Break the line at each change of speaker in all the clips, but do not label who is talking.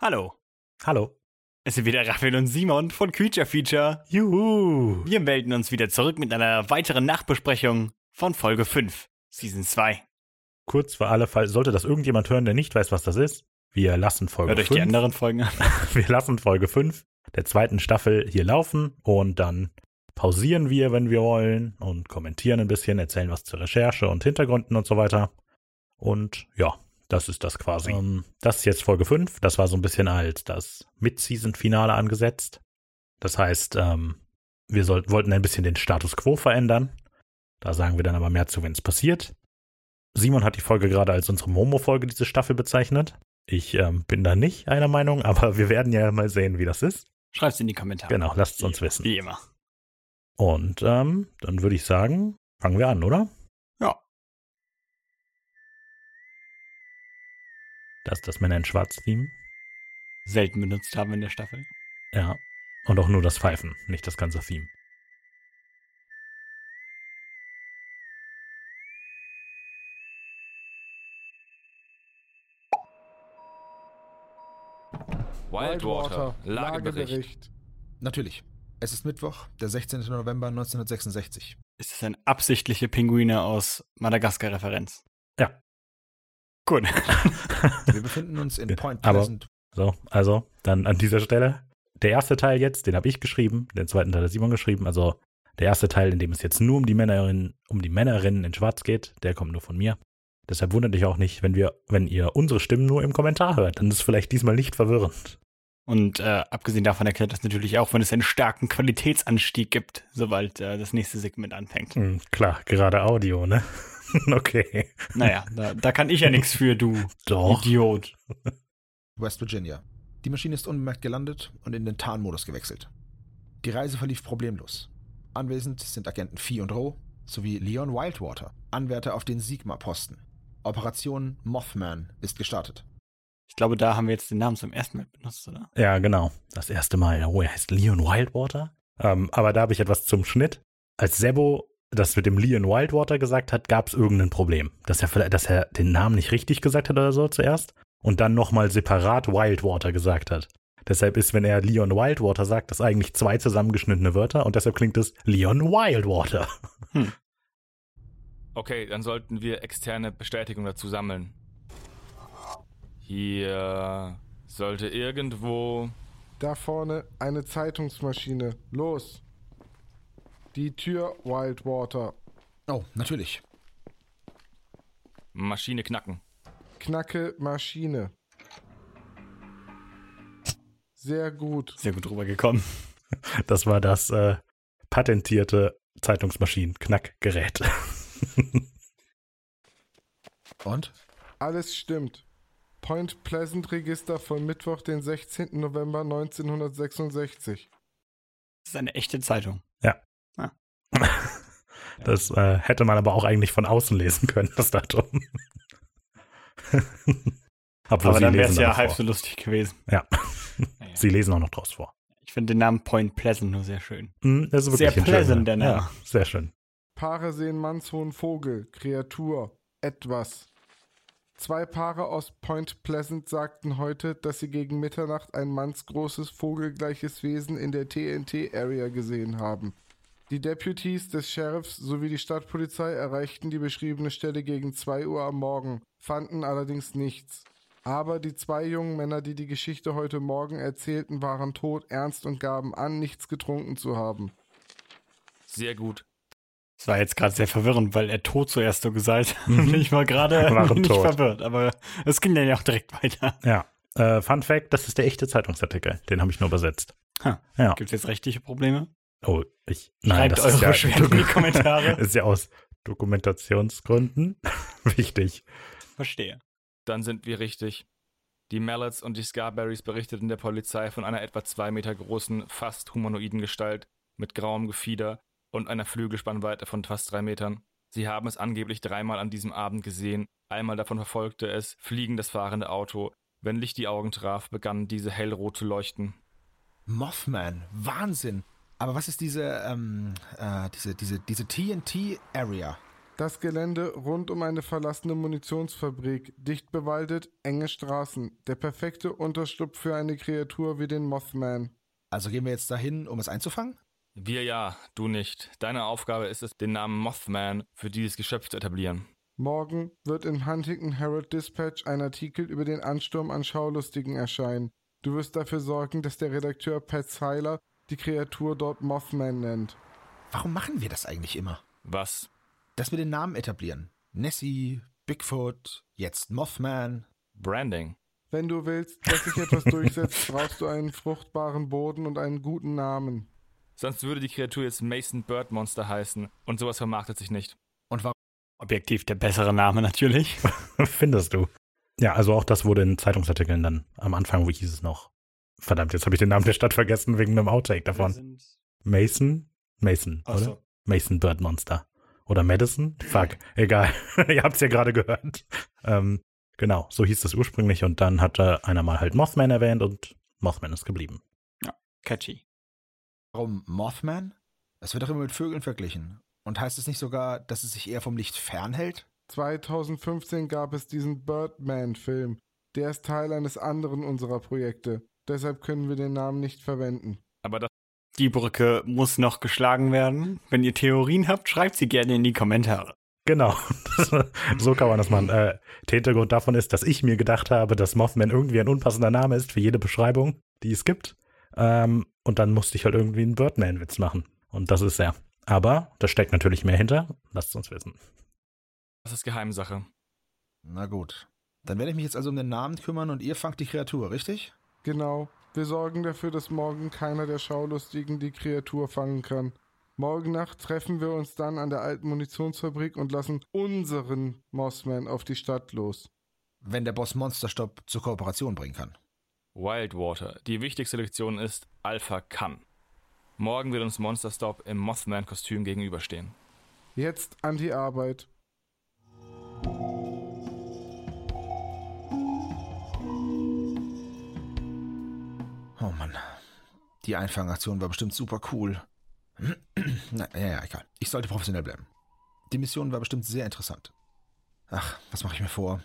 Hallo,
Hallo.
es sind wieder Raphael und Simon von Creature Feature.
Juhu.
Wir melden uns wieder zurück mit einer weiteren Nachbesprechung von Folge 5, Season 2.
Kurz für alle, falls sollte das irgendjemand hören, der nicht weiß, was das ist, wir lassen
Hört
Folge
euch die
5,
anderen Folgen an.
wir lassen Folge 5 der zweiten Staffel hier laufen und dann pausieren wir, wenn wir wollen und kommentieren ein bisschen, erzählen was zur Recherche und Hintergründen und so weiter. Und ja, das ist das quasi. Ähm, das ist jetzt Folge 5, das war so ein bisschen als das Mid-Season-Finale angesetzt. Das heißt, ähm, wir soll, wollten ein bisschen den Status quo verändern. Da sagen wir dann aber mehr zu, wenn es passiert. Simon hat die Folge gerade als unsere Momo-Folge diese Staffel bezeichnet. Ich ähm, bin da nicht einer Meinung, aber wir werden ja mal sehen, wie das ist.
Schreibt's in die Kommentare.
Genau, lasst es uns
Wie-
wissen.
Wie immer.
Und ähm, dann würde ich sagen, fangen wir an, oder?
Ja.
Das ist das Männer in Schwarz-Theme.
Selten benutzt haben in der Staffel.
Ja. Und auch nur das Pfeifen, nicht das ganze Theme.
Wildwater,
Wildwater,
Lagebericht.
Lagebericht. Natürlich. Es ist Mittwoch, der 16. November 1966.
Ist das ein absichtliche Pinguine aus Madagaskar-Referenz?
Ja.
Gut.
Wir befinden uns in Point
Aber-
Pleasant.
So, also dann an dieser Stelle. Der erste Teil jetzt, den habe ich geschrieben, den zweiten Teil hat Simon geschrieben. Also der erste Teil, in dem es jetzt nur um die Männerinnen, um die Männerinnen in Schwarz geht, der kommt nur von mir. Deshalb wundert dich auch nicht, wenn wir, wenn ihr unsere Stimmen nur im Kommentar hört, dann ist es vielleicht diesmal nicht verwirrend.
Und äh, abgesehen davon erklärt das natürlich auch, wenn es einen starken Qualitätsanstieg gibt, sobald äh, das nächste Segment anfängt.
Hm, klar, gerade Audio, ne? okay.
Naja, da, da kann ich ja nichts für, du
Doch.
Idiot.
West Virginia. Die Maschine ist unbemerkt gelandet und in den Tarnmodus gewechselt. Die Reise verlief problemlos. Anwesend sind Agenten Vieh und Roh sowie Leon Wildwater, Anwärter auf den Sigma-Posten. Operation Mothman ist gestartet.
Ich glaube, da haben wir jetzt den Namen zum ersten Mal benutzt, oder?
Ja, genau. Das erste Mal. Oh, er heißt Leon Wildwater. Ähm, aber da habe ich etwas zum Schnitt. Als Sebo das mit dem Leon Wildwater gesagt hat, gab es irgendein Problem. Dass er, vielleicht, dass er den Namen nicht richtig gesagt hat oder so zuerst und dann nochmal separat Wildwater gesagt hat. Deshalb ist, wenn er Leon Wildwater sagt, das eigentlich zwei zusammengeschnittene Wörter und deshalb klingt es Leon Wildwater.
Okay, dann sollten wir externe Bestätigung dazu sammeln. Hier sollte irgendwo.
Da vorne eine Zeitungsmaschine. Los. Die Tür, Wildwater.
Oh, natürlich.
Maschine knacken.
Knacke Maschine. Sehr gut.
Sehr gut rübergekommen.
Das war das äh, patentierte Zeitungsmaschinen-Knackgerät.
Und?
Alles stimmt. Point Pleasant Register von Mittwoch, den 16. November 1966.
Das ist eine echte Zeitung.
Das äh, hätte man aber auch eigentlich von außen lesen können, das Datum. Obwohl,
Aber
sie
dann wäre
lesen
es
da
ja
noch
halb
vor.
so lustig gewesen.
Ja.
Naja.
Sie lesen auch noch draus vor.
Ich finde den Namen Point Pleasant nur sehr schön.
Hm, das ist
Sehr
wirklich ein
pleasant,
schöner-
der Name.
Ja, sehr schön.
Paare sehen Mannshohen Vogel, Kreatur, etwas. Zwei Paare aus Point Pleasant sagten heute, dass sie gegen Mitternacht ein mannsgroßes vogelgleiches Wesen in der TNT-Area gesehen haben. Die Deputies des Sheriffs sowie die Stadtpolizei erreichten die beschriebene Stelle gegen 2 Uhr am Morgen, fanden allerdings nichts. Aber die zwei jungen Männer, die die Geschichte heute Morgen erzählten, waren tot, ernst und gaben an, nichts getrunken zu haben.
Sehr gut.
Das war jetzt gerade sehr verwirrend, weil er tot zuerst so gesagt hat. Und ich war gerade
Mhm. Waren
nicht
tot.
verwirrt, aber es ging dann ja auch direkt weiter.
Ja. Äh, Fun Fact: Das ist der echte Zeitungsartikel. Den habe ich nur übersetzt.
Ha.
Ja.
Gibt es jetzt rechtliche Probleme?
Oh, ich. Nein,
Schreibt
das
eure
ist ja
Beschwerden in die Kommentare.
ist ja aus Dokumentationsgründen wichtig.
Verstehe.
Dann sind wir richtig. Die Mallets und die Scarberries berichteten der Polizei von einer etwa zwei Meter großen, fast humanoiden Gestalt mit grauem Gefieder und einer Flügelspannweite von fast drei Metern. Sie haben es angeblich dreimal an diesem Abend gesehen. Einmal davon verfolgte es fliegend das fahrende Auto. Wenn Licht die Augen traf, begannen diese hellrot zu leuchten.
Mothman, Wahnsinn. Aber was ist diese, ähm, äh, diese, diese, diese TNT-Area?
Das Gelände rund um eine verlassene Munitionsfabrik, dicht bewaldet, enge Straßen, der perfekte Unterschlupf für eine Kreatur wie den Mothman.
Also gehen wir jetzt dahin, um es einzufangen?
Wir ja, du nicht. Deine Aufgabe ist es, den Namen Mothman für dieses Geschöpf zu etablieren.
Morgen wird im Huntington Herald Dispatch ein Artikel über den Ansturm an Schaulustigen erscheinen. Du wirst dafür sorgen, dass der Redakteur Pat Seiler die Kreatur dort Mothman nennt.
Warum machen wir das eigentlich immer?
Was?
Dass wir den Namen etablieren. Nessie, Bigfoot, jetzt Mothman.
Branding.
Wenn du willst, dass sich etwas durchsetzt, brauchst du einen fruchtbaren Boden und einen guten Namen.
Sonst würde die Kreatur jetzt Mason Bird Monster heißen und sowas vermarktet sich nicht.
Und warum?
Objektiv der bessere Name natürlich.
Findest du. Ja, also auch das wurde in Zeitungsartikeln dann am Anfang, wie hieß es noch? Verdammt, jetzt habe ich den Namen der Stadt vergessen wegen einem Outtake davon. Mason? Mason,
Ach
oder?
so.
Mason Bird Monster. Oder Madison? Fuck, egal. Ihr habt es ja gerade gehört. Ähm, genau, so hieß das ursprünglich und dann hat äh, einer mal halt Mothman erwähnt und Mothman ist geblieben.
Catchy.
Warum Mothman? Es wird doch immer mit Vögeln verglichen. Und heißt es nicht sogar, dass es sich eher vom Licht fernhält?
2015 gab es diesen Birdman-Film. Der ist Teil eines anderen unserer Projekte. Deshalb können wir den Namen nicht verwenden.
Aber das,
Die Brücke muss noch geschlagen werden. Wenn ihr Theorien habt, schreibt sie gerne in die Kommentare.
Genau, das, so kann man das machen. Äh, der Hintergrund davon ist, dass ich mir gedacht habe, dass Mothman irgendwie ein unpassender Name ist für jede Beschreibung, die es gibt. Ähm, und dann musste ich halt irgendwie einen Birdman-Witz machen. Und das ist er. Aber da steckt natürlich mehr hinter. Lasst es uns wissen.
das ist Geheimsache.
Na gut. Dann werde ich mich jetzt also um den Namen kümmern und ihr fangt die Kreatur, richtig?
Genau. Wir sorgen dafür, dass morgen keiner der Schaulustigen die Kreatur fangen kann. Morgen Nacht treffen wir uns dann an der alten Munitionsfabrik und lassen unseren Mossman auf die Stadt los.
Wenn der Boss Monsterstopp zur Kooperation bringen kann.
Wildwater. Die wichtigste Lektion ist Alpha kann. Morgen wird uns Monster Stop im Mothman-Kostüm gegenüberstehen.
Jetzt an die Arbeit.
Oh Mann. Die Einfangaktion war bestimmt super cool. Na, ja, ja, egal. Ich sollte professionell bleiben. Die Mission war bestimmt sehr interessant. Ach, was mache ich mir vor?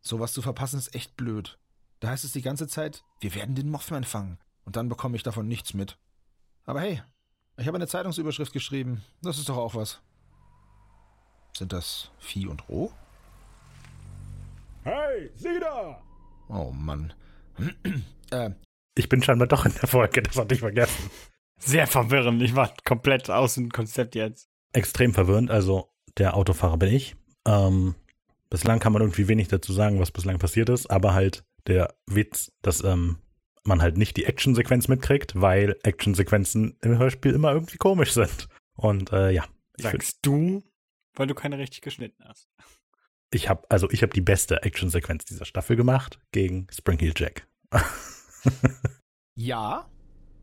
Sowas zu verpassen ist echt blöd. Da heißt es die ganze Zeit, wir werden den Mothman fangen. Und dann bekomme ich davon nichts mit. Aber hey, ich habe eine Zeitungsüberschrift geschrieben. Das ist doch auch was. Sind das Vieh und Roh?
Hey, sieh da!
Oh Mann. äh,
Ich bin scheinbar doch in der Folge, das hatte ich vergessen.
Sehr verwirrend. Ich war komplett aus dem Konzept jetzt.
extrem verwirrend. Also der Autofahrer bin ich. Ähm, bislang kann man irgendwie wenig dazu sagen, was bislang passiert ist, aber halt der Witz, dass ähm, man halt nicht die Actionsequenz mitkriegt, weil Actionsequenzen im Hörspiel immer irgendwie komisch sind. Und äh, ja, ich, find-
Sagst du, weil du keine richtig geschnitten hast.
ich habe also ich habe die beste Actionsequenz dieser Staffel gemacht gegen Springheel Jack.
ja?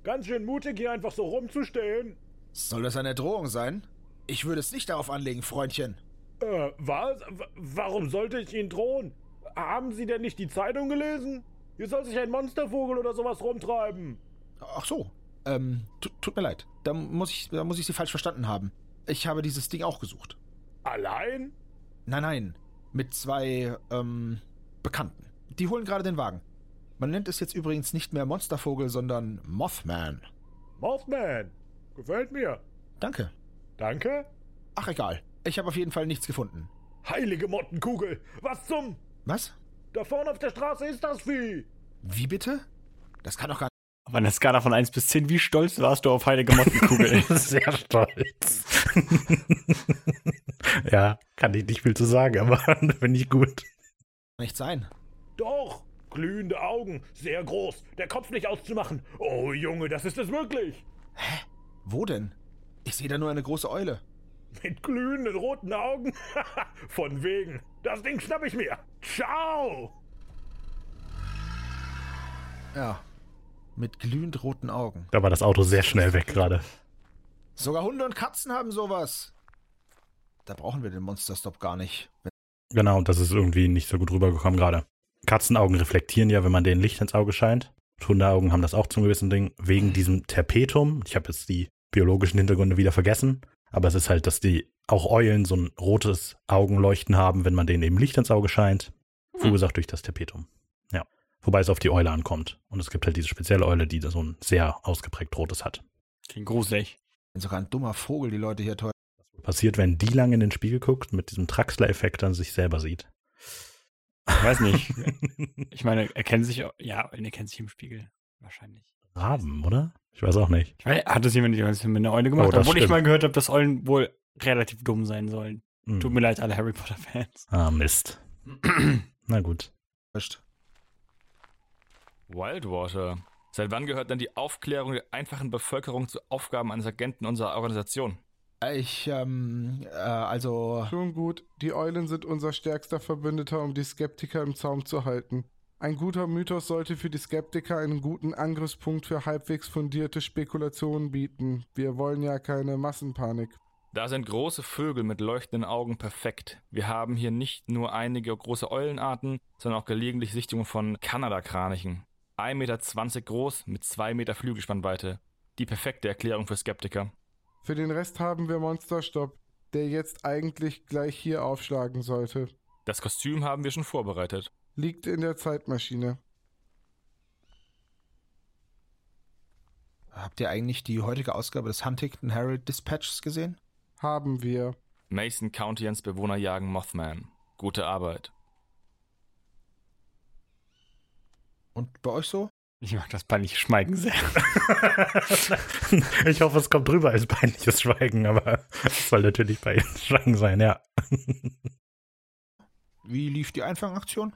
Ganz schön mutig hier einfach so rumzustehen.
Soll das eine Drohung sein? Ich würde es nicht darauf anlegen, Freundchen.
Äh, was? W warum sollte ich Ihnen drohen? Haben Sie denn nicht die Zeitung gelesen? Hier soll sich ein Monstervogel oder sowas rumtreiben.
Ach so. Ähm, tu- tut mir leid. Da muss, ich, da muss ich Sie falsch verstanden haben. Ich habe dieses Ding auch gesucht.
Allein?
Nein, nein. Mit zwei, ähm, Bekannten. Die holen gerade den Wagen. Man nennt es jetzt übrigens nicht mehr Monstervogel, sondern Mothman.
Mothman. Gefällt mir.
Danke.
Danke.
Ach, egal. Ich habe auf jeden Fall nichts gefunden.
Heilige Mottenkugel. Was zum?
Was?
Da vorne auf der Straße ist das Vieh.
Wie bitte? Das kann doch gar
Auf einer Skala von 1 bis 10, wie stolz warst du auf heilige Mottenkugel?
Sehr stolz. ja, kann ich nicht viel zu sagen, aber finde ich gut.
nicht sein.
Doch. Glühende Augen. Sehr groß. Der Kopf nicht auszumachen. Oh Junge, das ist es wirklich.
Wo denn? Ich sehe da nur eine große Eule.
Mit glühenden roten Augen. Von wegen. Das Ding schnapp ich mir. Ciao.
Ja. Mit glühend roten Augen.
Da war das Auto sehr schnell weg gerade.
Sogar Hunde und Katzen haben sowas. Da brauchen wir den Monsterstop gar nicht.
Genau, und das ist irgendwie nicht so gut rübergekommen gerade. Katzenaugen reflektieren ja, wenn man denen Licht ins Auge scheint. Und Hundeaugen haben das auch zum gewissen Ding. Wegen diesem Terpetum, ich habe jetzt die biologischen Hintergründe wieder vergessen, aber es ist halt, dass die auch Eulen so ein rotes Augenleuchten haben, wenn man denen eben Licht ins Auge scheint. Verursacht durch das Tapetum. Ja. Wobei es auf die Eule ankommt. Und es gibt halt diese spezielle Eule, die da so ein sehr ausgeprägt rotes hat.
Klingt gruselig.
Wenn sogar ein dummer Vogel die Leute hier täuscht.
Passiert, wenn die lang in den Spiegel guckt, mit diesem Traxler-Effekt dann sich selber sieht.
Weiß nicht. Ich meine, erkennen sich, au- ja, Eulen erkennen sich im Spiegel. Wahrscheinlich.
Raben, oder? Ich weiß auch nicht.
Ich weiß, hat das jemand jemand mit einer Eule gemacht?
Oh, das
Obwohl ich
stimmt.
mal gehört habe, dass Eulen wohl relativ dumm sein sollen.
Hm.
Tut mir leid, alle Harry Potter-Fans.
Ah, Mist. Na gut.
Wildwater. Seit wann gehört denn die Aufklärung der einfachen Bevölkerung zu Aufgaben eines Agenten unserer Organisation?
Ich, ähm, äh, also.
Schon gut, die Eulen sind unser stärkster Verbündeter, um die Skeptiker im Zaum zu halten. Ein guter Mythos sollte für die Skeptiker einen guten Angriffspunkt für halbwegs fundierte Spekulationen bieten. Wir wollen ja keine Massenpanik.
Da sind große Vögel mit leuchtenden Augen perfekt. Wir haben hier nicht nur einige große Eulenarten, sondern auch gelegentlich Sichtungen von Kanadakranichen. 1,20 Meter groß mit 2 Meter Flügelspannweite. Die perfekte Erklärung für Skeptiker.
Für den Rest haben wir Monsterstopp, der jetzt eigentlich gleich hier aufschlagen sollte.
Das Kostüm haben wir schon vorbereitet.
Liegt in der Zeitmaschine.
Habt ihr eigentlich die heutige Ausgabe des Huntington Herald Dispatches gesehen?
Haben wir.
Mason Countyans Bewohner jagen Mothman. Gute Arbeit.
Und bei euch so?
Ich mag das peinliche Schmeigen sehr.
ich hoffe, es kommt drüber als peinliches Schweigen, aber es soll natürlich peinliches Schweigen sein, ja.
Wie lief die Einfangaktion?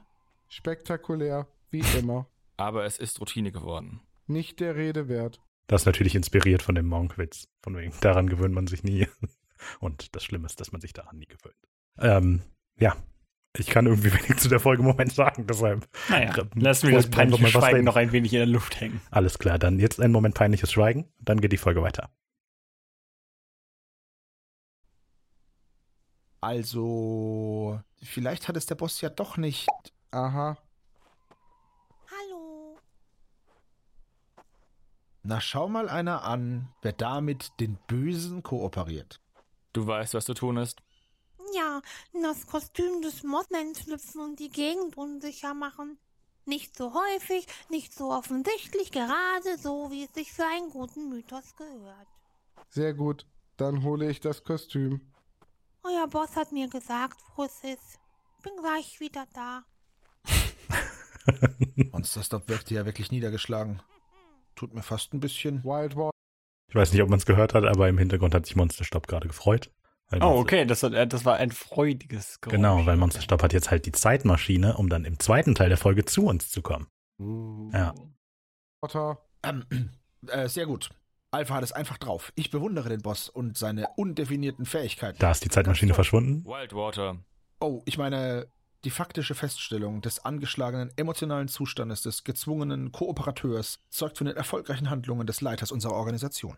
Spektakulär, wie immer.
Aber es ist Routine geworden.
Nicht der Rede wert.
Das ist natürlich inspiriert von dem Monkwitz. Von wegen, daran gewöhnt man sich nie. Und das Schlimme ist, dass man sich daran nie gewöhnt. Ähm, ja. Ich kann irgendwie wenig zu der Folge im Moment sagen, deshalb.
Naja,
Re-
lassen wir das
wollten wir
peinliche
einfach mal was
Schweigen
reden.
noch ein wenig in der Luft hängen.
Alles klar, dann jetzt einen Moment peinliches Schweigen, dann geht die Folge weiter.
Also, vielleicht hat es der Boss ja doch nicht.
Aha.
Hallo.
Na, schau mal einer an, wer damit den Bösen kooperiert.
Du weißt, was zu tun ist.
Ja, in das Kostüm des Mothmans schlüpfen und die Gegend unsicher machen. Nicht so häufig, nicht so offensichtlich, gerade so, wie es sich für einen guten Mythos gehört.
Sehr gut. Dann hole ich das Kostüm.
Euer Boss hat mir gesagt, wo es ist. Bin gleich wieder da.
Monsterstop wirkte ja wirklich niedergeschlagen. Tut mir fast ein bisschen.
Wildwater.
Ich weiß nicht, ob man es gehört hat, aber im Hintergrund hat sich Monsterstopp gerade gefreut. Weil
Oh,
Monster-
okay, das, hat- äh, das war ein freudiges Geräusch.
Genau, weil Monsterstopp hat jetzt halt die Zeitmaschine, um dann im zweiten Teil der Folge zu uns zu kommen.
Hm.
Ja.
Ähm, äh, sehr gut. Alpha hat es einfach drauf. Ich bewundere den Boss und seine undefinierten Fähigkeiten.
Da ist die Zeitmaschine verschwunden.
Wildwater.
Oh, ich meine, die faktische Feststellung des angeschlagenen emotionalen Zustandes des gezwungenen Kooperateurs zeugt von den erfolgreichen Handlungen des Leiters unserer Organisation.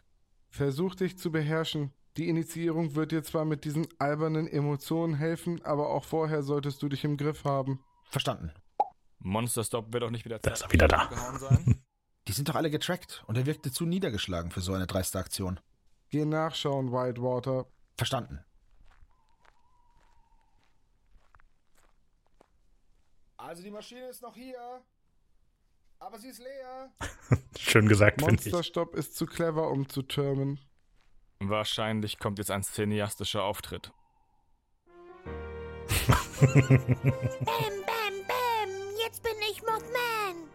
Versuch dich zu beherrschen. Die Initiierung wird dir zwar mit diesen albernen Emotionen helfen, aber auch vorher solltest du dich im Griff haben.
Verstanden.
Monsterstop wird auch nicht wieder
Da ist er wieder da.
abgehauen sein.
Die sind doch alle getrackt und er wirkte zu niedergeschlagen für so eine dreiste Aktion.
Geh nachschauen, Whitewater.
Verstanden. Also die Maschine ist noch hier, aber sie ist leer.
Schön gesagt, finde ich.
Monsterstopp ist zu clever, um zu türmen.
Wahrscheinlich kommt jetzt ein cineastischer Auftritt.
Bäm, bäm, bäm, jetzt bin ich Mothman.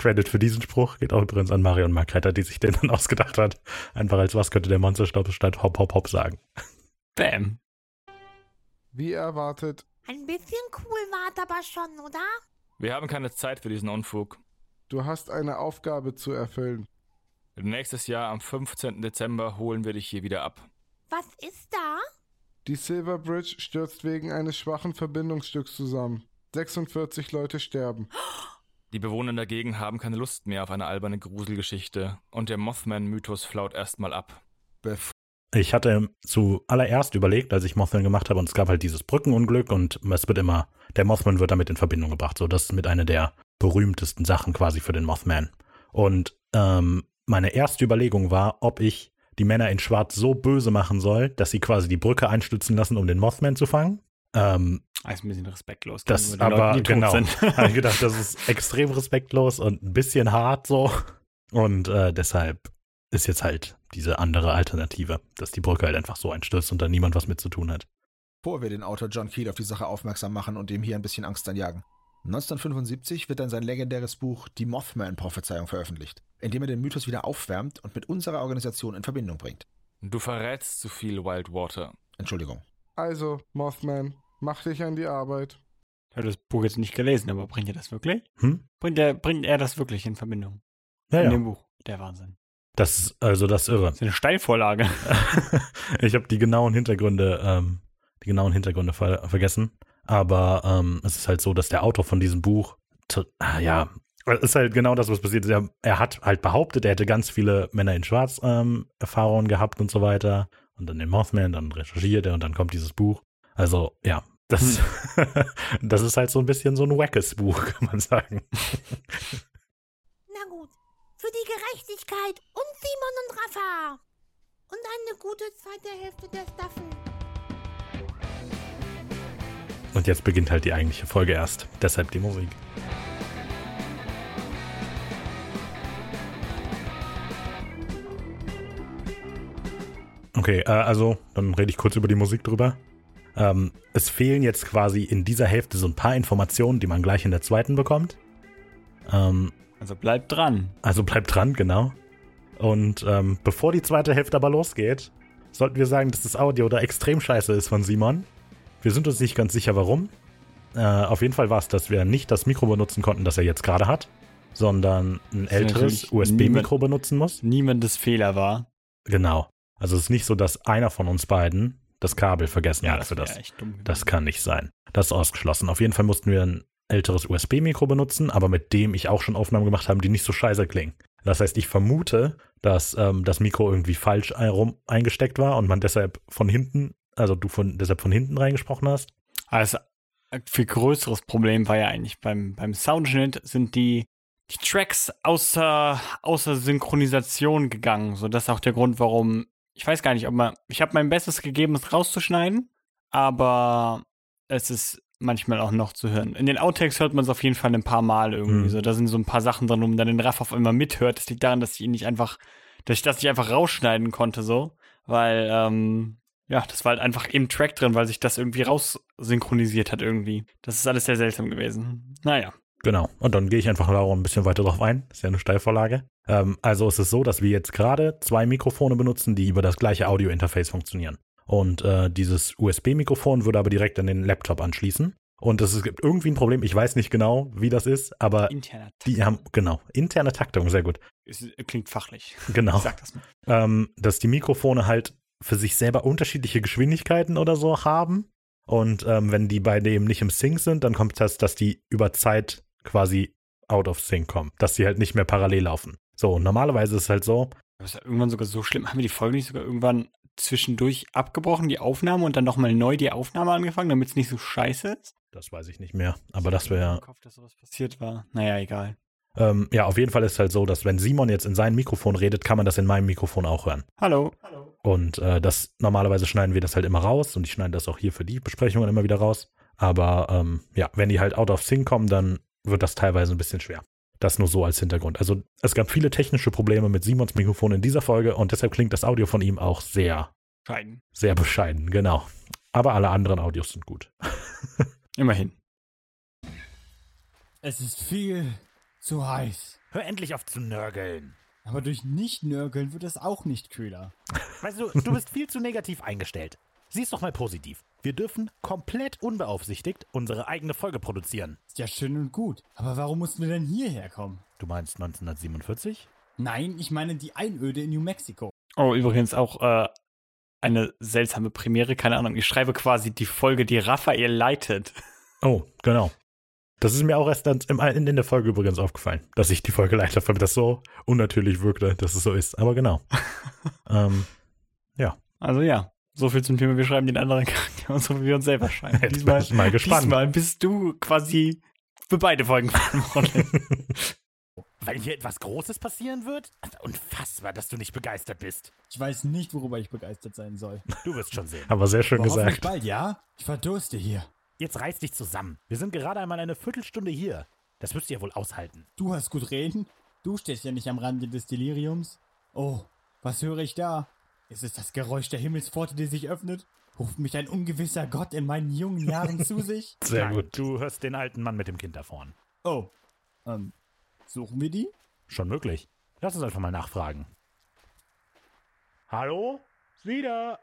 Credit für diesen Spruch geht auch übrigens an Marion Markretter, die sich den dann ausgedacht hat. Einfach als was könnte der Monsterstopp statt Hop Hop Hop sagen.
Bam.
Wie erwartet.
Ein bisschen cool war's aber schon, oder?
Wir haben keine Zeit für diesen Unfug.
Du hast eine Aufgabe zu erfüllen.
Nächstes Jahr am 15. Dezember holen wir dich hier wieder ab.
Was ist da?
Die Silverbridge stürzt wegen eines schwachen Verbindungsstücks zusammen. 46 Leute sterben.
Die Bewohner dagegen haben keine Lust mehr auf eine alberne Gruselgeschichte und der Mothman-Mythos flaut erstmal ab.
Bef
Ich hatte zuallererst überlegt, als ich Mothman gemacht habe, und es gab halt dieses Brückenunglück und es wird immer, der Mothman wird damit in Verbindung gebracht. So, das ist mit einer der berühmtesten Sachen quasi für den Mothman. Und ähm, meine erste Überlegung war, ob ich die Männer in Schwarz so böse machen soll, dass sie quasi die Brücke einstürzen lassen, um den Mothman zu fangen. Ähm,
Ah, ist ein bisschen respektlos.
das
gegenüber den
aber,
Leuten, die tot
genau,
sind.
habe ich gedacht, das ist extrem respektlos und ein bisschen hart so. Und äh, deshalb ist jetzt halt diese andere Alternative, dass die Brücke halt einfach so einstürzt und da niemand was mit zu tun hat.
bevor wir den Autor John Keel auf die Sache aufmerksam machen und ihm hier ein bisschen Angst einjagen. 1975 wird dann sein legendäres Buch Die Mothman-Prophezeiung veröffentlicht, in dem er den Mythos wieder aufwärmt und mit unserer Organisation in Verbindung bringt.
Du verrätst zu viel, Wildwater.
Entschuldigung.
Also, Mothman, mach dich an die Arbeit.
Ich habe das Buch jetzt nicht gelesen, aber bringt er das wirklich?
Hm?
Bringt er, bringt er das wirklich in Verbindung?
Ja,
In
ja.
dem Buch. Der Wahnsinn.
Das ist also das ist irre.
Das ist eine Steilvorlage.
ich habe die genauen Hintergründe, ähm, die genauen Hintergründe ver vergessen. Aber ähm, es ist halt so, dass der Autor von diesem Buch, t- ah, ja, es ist halt genau das, was passiert ist. Er, er hat halt behauptet, er hätte ganz viele Männer in Schwarz ähm, Erfahrungen gehabt und so weiter. Und dann den Mothman, dann recherchiert er und dann kommt dieses Buch. Also, ja, das,
Hm.
das ist halt so ein bisschen so ein wackes Buch, kann man sagen.
Na gut, für die Gerechtigkeit und Simon und Rafa. Und eine gute zweite Hälfte der Staffel.
Und jetzt beginnt halt die eigentliche Folge erst. Deshalb die Musik. Okay, äh, also dann rede ich kurz über die Musik drüber. Ähm, es fehlen jetzt quasi in dieser Hälfte so ein paar Informationen, die man gleich in der zweiten bekommt. Ähm,
Also bleibt dran.
also bleibt dran, genau. Und ähm, bevor die zweite Hälfte aber losgeht, sollten wir sagen, dass das Audio da extrem scheiße ist von Simon. Wir sind uns nicht ganz sicher, warum. Äh, auf jeden Fall war es, dass wir nicht das Mikro benutzen konnten, das er jetzt gerade hat, sondern ein älteres
natürlich
USB-Mikro
niemand-
benutzen muss.
Niemandes Fehler war.
Genau. Also es ist nicht so, dass einer von uns beiden das Kabel vergessen hat für
wär
das.
echt dumm.
Das
gewesen.
kann nicht sein. Das ist ausgeschlossen. Auf jeden Fall mussten wir ein älteres USB-Mikro benutzen, aber mit dem ich auch schon Aufnahmen gemacht habe, die nicht so scheiße klingen. Das heißt, ich vermute, dass ähm, das Mikro irgendwie falsch ein- rum eingesteckt war und man deshalb von hinten, also du von deshalb von hinten reingesprochen hast.
Also ein viel größeres Problem war ja eigentlich beim, beim Soundschnitt sind die, die Tracks außer, außer Synchronisation gegangen. So, das ist auch der Grund, warum, ich weiß gar nicht, ob man, ich habe mein Bestes gegeben, es rauszuschneiden, aber es ist manchmal auch noch zu hören. In den Outtakes hört man es auf jeden Fall ein paar Mal irgendwie.
Hm.
So, da sind so ein paar Sachen drin, wo man dann den Raff auf einmal mithört. Das liegt daran, dass ich ihn nicht einfach, dass ich das nicht einfach rausschneiden konnte, so, weil, ähm, ja, das war halt einfach im Track drin, weil sich das irgendwie raussynchronisiert hat irgendwie. Das ist alles sehr seltsam gewesen. Naja.
Genau. Und dann gehe ich einfach Laura ein bisschen weiter drauf ein. Ist ja eine Steilvorlage. Ähm, also es ist so, dass wir jetzt gerade zwei Mikrofone benutzen, die über das gleiche Audio-Interface funktionieren. Und äh, dieses USB-Mikrofon würde aber direkt an den Laptop anschließen. Und es gibt irgendwie ein Problem, ich weiß nicht genau, wie das ist, aber
Internet.
die haben, genau, interne Taktung, sehr gut.
Es äh, klingt fachlich.
Genau.
Sag das mal.
ähm, dass die Mikrofone halt für sich selber unterschiedliche Geschwindigkeiten oder so haben. Und ähm, wenn die beide eben nicht im Sync sind, dann kommt das, dass die über Zeit quasi out of sync kommen, dass sie halt nicht mehr parallel laufen. So, und normalerweise ist es halt so,
Aber ist ja irgendwann sogar so schlimm. Haben wir die Folge nicht sogar irgendwann zwischendurch abgebrochen, die Aufnahme, und dann nochmal neu die Aufnahme angefangen, damit es nicht so scheiße ist?
das weiß ich nicht mehr, aber das wäre
Ich hoffe, dass sowas passiert war. Naja, egal.
ähm, ja auf jeden Fall ist es halt so, dass wenn Simon jetzt in sein Mikrofon redet, kann man das in meinem Mikrofon auch hören.
Hallo.
Und äh, das normalerweise schneiden wir das halt immer raus und ich schneide das auch hier für die Besprechungen immer wieder raus. Aber ähm, ja, wenn die halt out of sync kommen, dann wird das teilweise ein bisschen schwer. Das nur so als Hintergrund. Also es gab viele technische Probleme mit Simons Mikrofon in dieser Folge und deshalb klingt das Audio von ihm auch sehr,
Scheiden.
sehr bescheiden, genau. Aber alle anderen Audios sind gut.
Immerhin.
Es ist viel zu heiß.
Hör endlich auf zu nörgeln.
Aber durch Nicht-Nörgeln wird es auch nicht kühler.
Weißt du, du bist viel zu negativ eingestellt. Sieh's doch mal positiv. Wir dürfen komplett unbeaufsichtigt unsere eigene Folge produzieren.
Ist ja schön und gut. Aber warum mussten wir denn hierher kommen?
Du meinst 1947?
Nein, ich meine die Einöde in New Mexico.
Oh, übrigens auch äh, eine seltsame Premiere, keine Ahnung. Ich schreibe quasi die Folge, die Raphael leitet.
Oh, genau. Das ist mir auch erst dann im, in, in der Folge übrigens aufgefallen, dass ich die Folge leicht habe, weil das so unnatürlich wirkte, dass es so ist. Aber genau. ähm,
Also ja, so viel zum Thema, wir schreiben den anderen Charakter und so wie wir uns selber schreiben.
jetzt bin ich mal gespannt.
diesmal bist du quasi für beide Folgen verantwortlich.
weil hier etwas Großes passieren wird? Unfassbar, dass du nicht begeistert bist.
Ich weiß nicht, worüber ich begeistert sein soll.
Du wirst schon sehen.
Aber sehr schön
Aber hoffentlich
gesagt.
bald, ja? Ich verdurste hier.
Jetzt reiß dich zusammen. Wir sind gerade einmal eine Viertelstunde hier. Das wirst du ja wohl aushalten.
Du hast gut reden? Du stehst ja nicht am Rande des Deliriums. Oh, was höre ich da? Ist es das Geräusch der Himmelspforte, die sich öffnet? Ruft mich ein ungewisser Gott in meinen jungen Jahren zu sich?
Sehr gut.
Du hörst den alten Mann mit dem Kind da vorn.
Oh, ähm, suchen wir die?
Schon möglich. Lass uns einfach mal nachfragen. Hallo? Ist Wieder.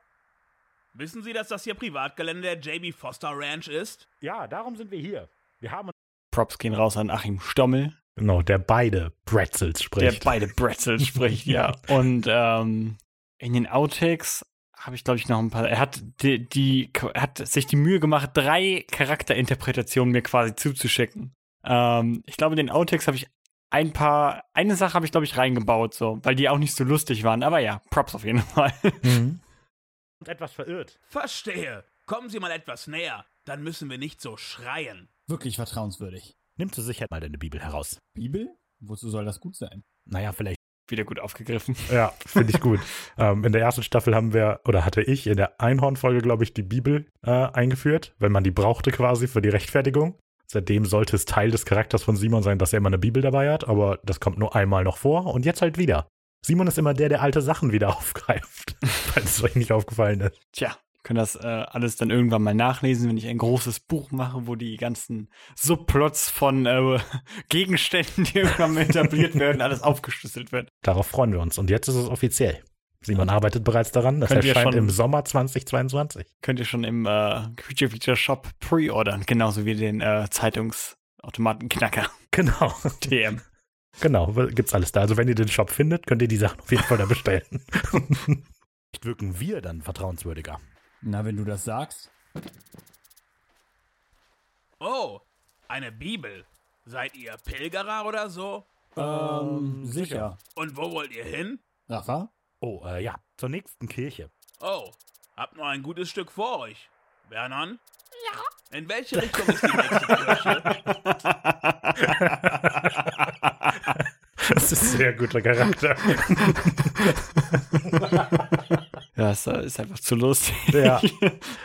Wissen Sie, dass das hier Privatgelände der JB Foster Ranch ist?
Ja, darum sind wir hier. Wir haben
Props gehen raus an Achim Stommel,
Genau, der beide Bretzels
der
spricht.
beide Bretzels spricht, ja. Und ähm, in den Outtakes habe ich, glaube ich, noch ein paar. Er hat die, die er hat sich die Mühe gemacht, drei Charakterinterpretationen mir quasi zuzuschicken. Ähm, ich glaube, in den Outtakes habe ich ein paar, eine Sache habe ich, glaube ich, reingebaut, so, weil die auch nicht so lustig waren. Aber ja, Props auf jeden Fall.
Mhm.
uns etwas verirrt.
Verstehe. Kommen Sie mal etwas näher, dann müssen wir nicht so schreien.
Wirklich vertrauenswürdig.
Nimm zur Sicherheit mal deine Bibel heraus.
Bibel? Wozu soll das gut sein?
Naja, vielleicht.
Wieder gut aufgegriffen.
Ja, finde ich gut. ähm, in der ersten Staffel haben wir, oder hatte ich in der Einhornfolge, glaube ich, die Bibel äh, eingeführt, wenn man die brauchte quasi für die Rechtfertigung. Seitdem sollte es Teil des Charakters von Simon sein, dass er immer eine Bibel dabei hat, aber das kommt nur einmal noch vor und jetzt halt wieder. Simon ist immer der, der alte Sachen wieder aufgreift, falls es euch nicht aufgefallen ist.
Tja, können das äh, alles dann irgendwann mal nachlesen, wenn ich ein großes Buch mache, wo die ganzen Subplots von äh, Gegenständen, die irgendwann mal etabliert werden, alles aufgeschlüsselt wird.
Darauf freuen wir uns. Und jetzt ist es offiziell. Simon arbeitet bereits daran. Das
Könnt ihr
erscheint
schon-
im Sommer 2022.
Könnt ihr schon im äh, Creature Feature Shop pre-ordern, genauso wie den äh, Zeitungsautomatenknacker
Genau.
TM.
Genau, gibt's alles da. Also wenn ihr den Shop findet, könnt ihr die Sachen auf jeden Fall da bestellen.
Vielleicht wirken wir dann vertrauenswürdiger.
Na, wenn du das sagst.
Oh, eine Bibel. Seid ihr Pilgerer oder so? Hm,
Ähm, sicher.
Und wo wollt ihr hin?
Rafa?
Oh, äh, ja. Zur nächsten Kirche.
Oh, habt noch ein gutes Stück vor euch. Wernon? Ja. In welche Richtung ist die nächste Kirche?
Das ist ein sehr guter Charakter.
Ja, ist, äh, ist einfach zu lustig.
Ja,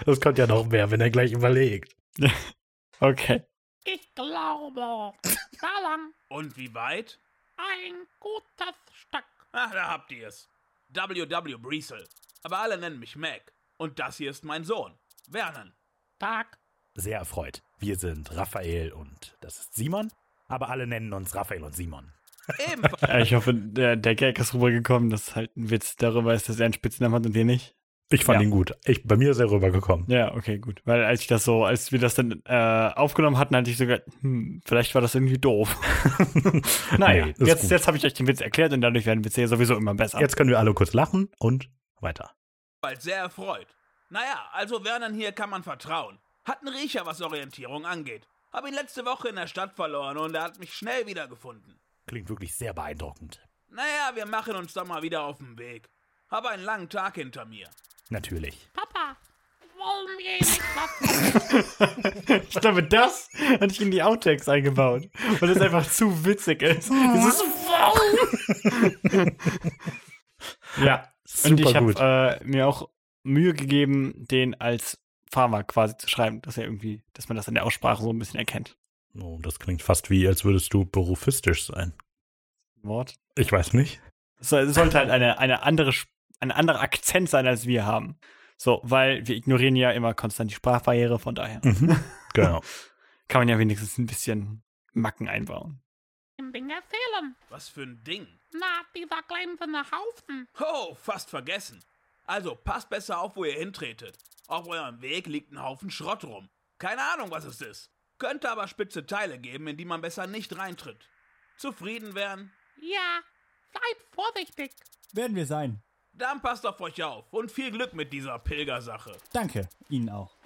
das kommt ja noch mehr, wenn er gleich überlegt.
Okay.
Ich glaube, da lang
Und wie weit?
ein gutes Stück.
Ach, Ah, da habt ihr es. WW Breesel. Aber alle nennen mich Mac. Und das hier ist mein Sohn, Vernon.
Tag.
Sehr erfreut. Wir sind Raphael und das ist Simon. Aber alle nennen uns Raphael und Simon.
Ebenfalls.
Äh, ich hoffe, der, der Gag ist rübergekommen, dass halt ein Witz darüber ist, dass er einen Spitznamen hat und ihr nicht.
Ich fand
Ja.
ihn gut. Ich, bei mir ist er rübergekommen.
Ja, okay, gut. Weil als ich das so, als wir das dann äh, aufgenommen hatten, hatte ich sogar, hm, vielleicht war das irgendwie doof. naja,
Nee, ist
jetzt,
gut.
jetzt habe ich euch den Witz erklärt und dadurch werden Witze ja sowieso immer besser.
Jetzt können wir alle kurz lachen und weiter.
bald sehr erfreut. Naja, also Werner hier kann man vertrauen. Hat einen Riecher, was Orientierung angeht. Hab ihn letzte Woche in der Stadt verloren und er hat mich schnell wiedergefunden.
Klingt wirklich sehr beeindruckend.
Naja, wir machen uns doch mal wieder auf den Weg. Hab einen langen Tag hinter mir.
Natürlich.
Papa, wollen wir nicht was
Ich glaube, das hatte ich in die Outtakes eingebaut, weil das einfach zu witzig ist. Dieses Ja,
Super
und ich
gut.
habe äh, mir auch Mühe gegeben, den als Farmer quasi zu schreiben, dass er irgendwie, dass man das in der Aussprache so ein bisschen erkennt.
Oh, das klingt fast wie, als würdest du berufistisch sein.
Wort.
Ich weiß nicht.
So, Es sollte halt eine, eine andere, Sp- ein anderer Akzent sein, als wir haben. So, weil wir ignorieren ja immer konstant die Sprachbarriere, von daher
Mhm. Genau.
kann man ja wenigstens ein bisschen Macken einbauen.
im Ding erzählen?
Was für ein Ding.
Na, dieser glänzende Haufen.
Oh, fast vergessen. Also passt besser auf, wo ihr hintretet. Auf eurem Weg liegt ein Haufen Schrott rum. Keine Ahnung, was es ist. Könnte aber spitze Teile geben, in die man besser nicht reintritt. Zufrieden werden?
Ja, seid vorsichtig.
Werden wir sein.
Dann passt auf euch auf und viel Glück mit dieser Pilgersache.
Danke, Ihnen auch.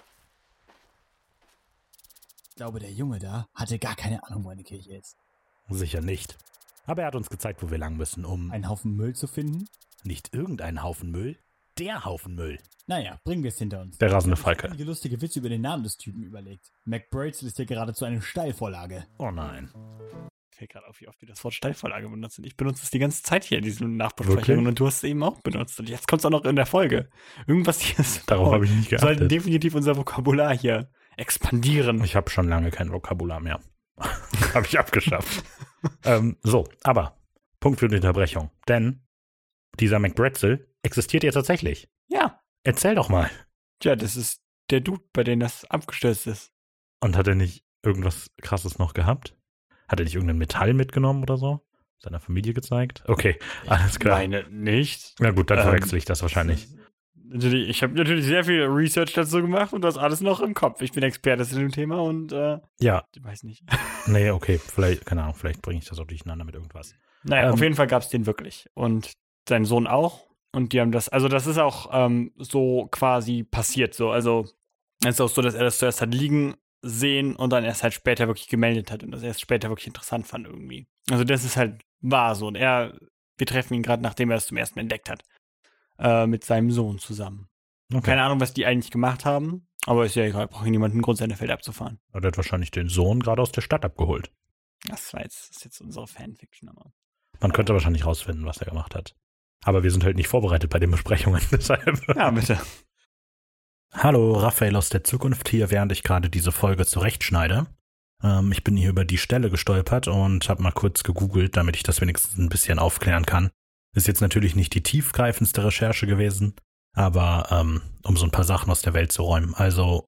Ich glaube, der Junge da hatte gar keine Ahnung, wo eine Kirche ist.
Sicher nicht. Aber er hat uns gezeigt, wo wir lang müssen, um
Einen Haufen Müll zu finden?
nicht irgendeinen Haufen Müll, der Haufen Müll.
Naja, bringen wir es hinter uns.
Der rasende
Ich hab
Falke.
einige lustige Witze über den Namen des Typen überlegt. McBrazel ist hier geradezu eine Steilvorlage.
Oh nein.
fällt gerade auf, wie oft wir das Wort Steilvorlage benutzt sind. Ich benutze es die ganze Zeit hier in diesen
Wirklich?
Nachbesprechungen und du hast es eben auch benutzt. Und jetzt kommt es auch noch in der Folge. Irgendwas hier ist.
Darauf habe ich nicht
Wir sollten
geachtet.
definitiv unser Vokabular hier expandieren.
Ich habe schon lange kein Vokabular mehr. habe ich abgeschafft. ähm, so, aber Punkt für die Unterbrechung. Denn dieser McBretzel existiert ja tatsächlich.
Ja.
Erzähl doch mal.
Tja, das ist der Dude, bei dem das abgestürzt ist.
Und hat er nicht irgendwas Krasses noch gehabt? Hat er nicht irgendein Metall mitgenommen oder so? Seiner Familie gezeigt? Okay, alles klar.
Meine nicht.
Na gut, dann
Ähm,
verwechsel ich das wahrscheinlich.
Natürlich, ich habe natürlich sehr viel Research dazu gemacht und das alles noch im Kopf. Ich bin Experte zu dem Thema und äh,
Ja,
ich weiß nicht.
nee, okay, vielleicht, keine Ahnung, vielleicht bringe ich das auch durcheinander mit irgendwas.
Naja,
Ähm,
auf jeden Fall gab es den wirklich. Und sein Sohn auch. Und die haben das, also das ist auch ähm, so quasi passiert so. Also es ist auch so, dass er das zuerst hat liegen sehen und dann erst halt später wirklich gemeldet hat und das erst später wirklich interessant fand irgendwie. Also das ist halt wahr so. Und er, wir treffen ihn gerade, nachdem er es zum ersten Mal entdeckt hat. Äh, mit seinem Sohn zusammen.
Okay.
Keine Ahnung, was die eigentlich gemacht haben, aber ist ja egal, braucht niemanden einen Grund, seine Felder abzufahren.
Und er hat wahrscheinlich den Sohn gerade aus der Stadt abgeholt.
Das war jetzt, das ist jetzt unsere Fanfiction, aber.
Man könnte wahrscheinlich rausfinden, was er gemacht hat. Aber wir sind halt nicht vorbereitet bei den Besprechungen, deshalb.
Ja, bitte.
Hallo, Raphael aus der Zukunft hier, während ich gerade diese Folge zurechtschneide. Ähm, ich bin hier über die Stelle gestolpert und habe mal kurz gegoogelt, damit ich das wenigstens ein bisschen aufklären kann. Ist jetzt natürlich nicht die tiefgreifendste Recherche gewesen, aber ähm, um so ein paar Sachen aus der Welt zu räumen. Also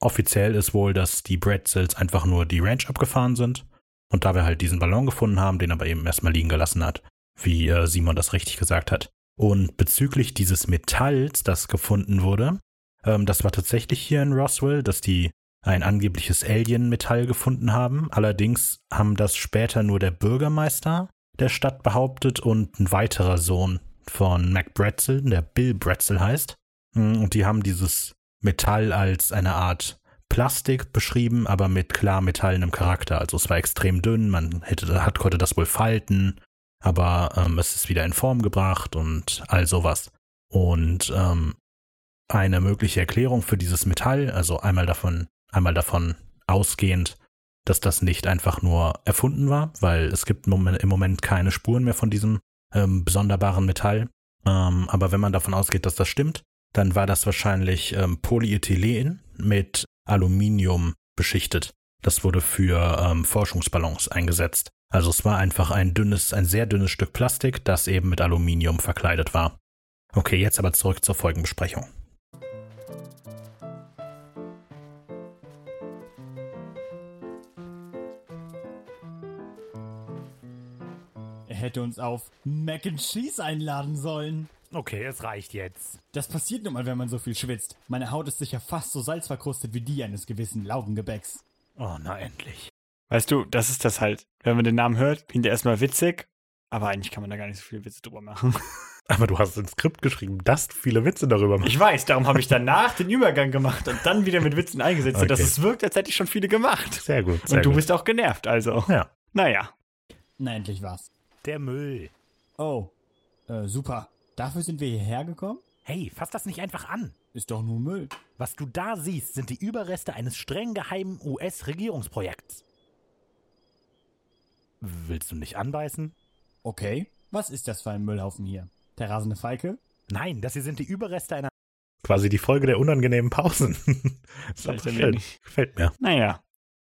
offiziell ist wohl, dass die Bretzels einfach nur die Ranch abgefahren sind und da wir halt diesen Ballon gefunden haben, den aber eben erstmal liegen gelassen hat, wie äh, Simon das richtig gesagt hat. Und bezüglich dieses Metalls, das gefunden wurde, ähm, das war tatsächlich hier in Roswell, dass die ein angebliches Alien-Metall gefunden haben. Allerdings haben das später nur der Bürgermeister der Stadt behauptet und ein weiterer Sohn von Mac Bretzel, der Bill Bretzel heißt. Mm, Und die haben dieses Metall als eine Art Plastik beschrieben, aber mit klar metallenem Charakter. Also es war extrem dünn, man hätte, hat, konnte das wohl falten, aber ähm, es ist wieder in Form gebracht und all sowas. Und ähm, eine mögliche Erklärung für dieses Metall, also einmal davon, einmal davon ausgehend, dass das nicht einfach nur erfunden war, weil es gibt im Moment- im Moment keine Spuren mehr von diesem ähm, sonderbaren Metall. Ähm, aber wenn man davon ausgeht, dass das stimmt, dann war das wahrscheinlich ähm, Polyethylen mit Aluminium beschichtet. Das wurde für ähm, Forschungsballons eingesetzt. Also es war einfach ein dünnes, ein sehr dünnes Stück Plastik, das eben mit Aluminium verkleidet war. Okay, jetzt aber zurück zur Folgenbesprechung.
Er hätte uns auf Mac and Cheese einladen sollen.
Okay, es reicht jetzt.
Das passiert nun mal, wenn man so viel schwitzt. Meine Haut ist sicher fast so salzverkrustet wie die eines gewissen Laugengebäcks.
Oh, na endlich.
Weißt du, das ist das halt. Wenn man den Namen hört, klingt er erstmal witzig, aber eigentlich kann man da gar nicht so viele Witze drüber machen.
Aber du hast ins Skript geschrieben, dass du viele Witze darüber machst.
Ich weiß, darum habe ich danach den Übergang gemacht und dann wieder mit Witzen eingesetzt, sodass
Okay.
es wirkt, als hätte ich schon viele gemacht.
Sehr gut. Sehr
und du
gut.
bist auch genervt, also.
Ja.
Naja.
Na, endlich war's.
Der Müll.
Oh, äh, super. Dafür sind wir hierher gekommen?
Hey, fass das nicht einfach an.
Ist doch nur Müll.
Was du da siehst, sind die Überreste eines streng geheimen US-Regierungsprojekts. Willst du nicht anbeißen?
Okay, was ist das für ein Müllhaufen hier? Der rasende Falke?
Nein, das hier sind die Überreste einer.
Quasi die Folge der unangenehmen Pausen. das
Vielleicht
aber
ein
schön.
wenig.
Gefällt mir.
Naja.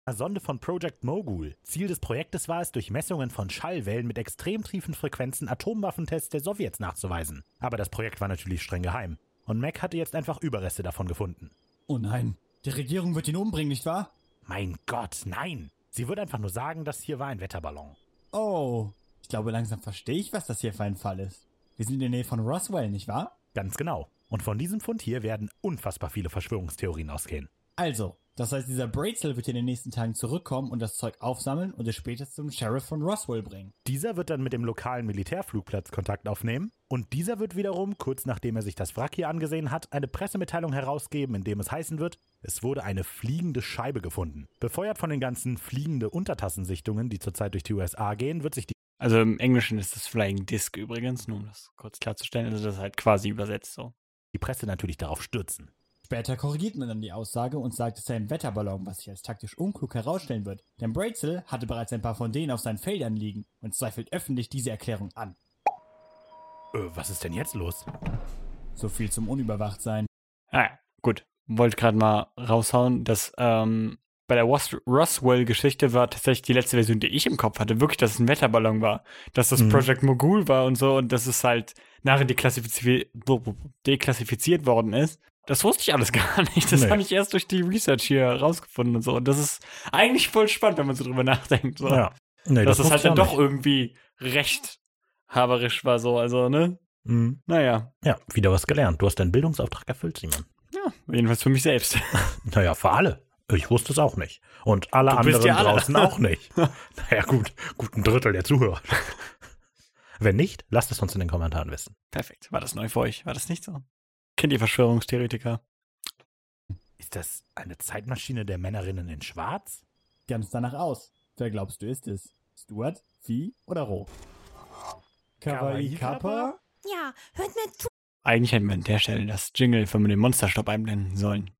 Eine Sonde von Project Mogul. Ziel des Projektes war es, durch Messungen von Schallwellen mit extrem tiefen Frequenzen Atomwaffentests der Sowjets nachzuweisen. Aber das Projekt war natürlich streng geheim. Und Mac hatte jetzt einfach Überreste davon gefunden.
Oh nein, die Regierung wird ihn umbringen, nicht wahr?
Mein Gott, nein! Sie würde einfach nur sagen, das hier war ein Wetterballon.
Oh, ich glaube, langsam verstehe ich, was das hier für ein Fall ist. Wir sind in der Nähe von Roswell, nicht wahr?
Ganz genau. Und von diesem Fund hier werden unfassbar viele Verschwörungstheorien ausgehen.
Also, das heißt, dieser Brazel wird in den nächsten Tagen zurückkommen und das Zeug aufsammeln und es später zum Sheriff von Roswell bringen.
Dieser wird dann mit dem lokalen Militärflugplatz Kontakt aufnehmen und dieser wird wiederum, kurz nachdem er sich das Wrack hier angesehen hat, eine Pressemitteilung herausgeben, in dem es heißen wird, es wurde eine fliegende Scheibe gefunden. Befeuert von den ganzen fliegende Untertassensichtungen, die zurzeit durch die USA gehen, wird sich die
Also im Englischen ist das Flying Disc übrigens, nur um das kurz klarzustellen. Also das ist halt quasi übersetzt so.
die Presse natürlich darauf stürzen.
Später korrigiert man dann die Aussage und sagt, es sei ein Wetterballon, was sich als taktisch unklug herausstellen wird, denn Brazel hatte bereits ein paar von denen auf seinen Feldern liegen und zweifelt öffentlich diese Erklärung an.
Äh, was ist denn jetzt los?
So viel zum Unüberwachtsein.
Ah, ja, gut. Wollte gerade mal raushauen, dass ähm, bei der Ros Roswell-Geschichte war tatsächlich die letzte Version, die ich im Kopf hatte, wirklich, dass es ein Wetterballon war. Dass das
Mhm.
Project Mogul war und so und dass es halt nachher deklassifiziert, deklassifiziert worden ist. Das wusste ich alles gar nicht. Das
Nee.
habe ich erst durch die Research hier rausgefunden und so. Und das ist eigentlich voll spannend, wenn man so drüber nachdenkt. So.
Ja. Nee,
dass das
wusste
halt
ich
dann
auch
doch irgendwie rechthaberisch war, so. Also, ne?
nicht. Mhm.
Naja.
Ja, wieder was gelernt. Du hast deinen Bildungsauftrag erfüllt, Simon.
Ja, jedenfalls für mich selbst.
Naja, für alle. Ich wusste es auch nicht. Und alle
Du bist
anderen
ja alle.
draußen auch nicht. naja, gut, gut ein Drittel der Zuhörer. Wenn nicht, lasst es uns in den Kommentaren wissen.
Perfekt. War das neu für euch? War das nicht so? Kennt ihr Verschwörungstheoretiker?
Ist das eine Zeitmaschine der Männerinnen in Schwarz?
Ganz danach aus. Wer glaubst du ist es? Stuart, Vieh oder Roh?
Kawaii
Kawaii
Kappa?
Kappa?
Ja, hört mir zu.
Eigentlich hätten wir an der Stelle das Jingle von dem Monsterstopp einblenden sollen.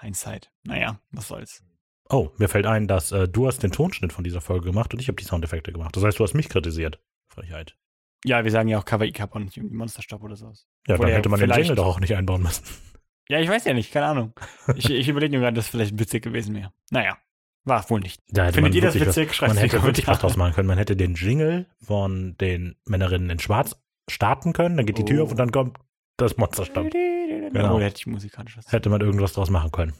Hindsight. Naja, was soll's.
Oh, mir fällt ein, dass äh, du hast den Tonschnitt von dieser Folge gemacht und ich habe die Soundeffekte gemacht. Das heißt, du hast mich kritisiert. Frechheit.
Ja, wir sagen ja auch Kawaii Cup und nicht irgendwie Monsterstopp oder sowas.
Ja,
Obwohl
dann
er
hätte man den
vielleicht-
Jingle doch auch nicht einbauen müssen.
Ja, ich weiß ja nicht, keine Ahnung. Ich, ich überlege nur gerade, dass vielleicht witzig gewesen wäre. Naja, war wohl nicht.
Da hätte
Findet
man
ihr das
wirklich was-
witzig? Schreibt
Man
es in die
hätte wirklich was
Kommentare.
draus machen können. Man hätte den Jingle von den Männerinnen in Schwarz starten können, dann geht die Tür
Oh.
auf und dann kommt das Monsterstamm.
Genau. Oh, hätte ich musikalisch was.
Hätte man irgendwas draus machen können.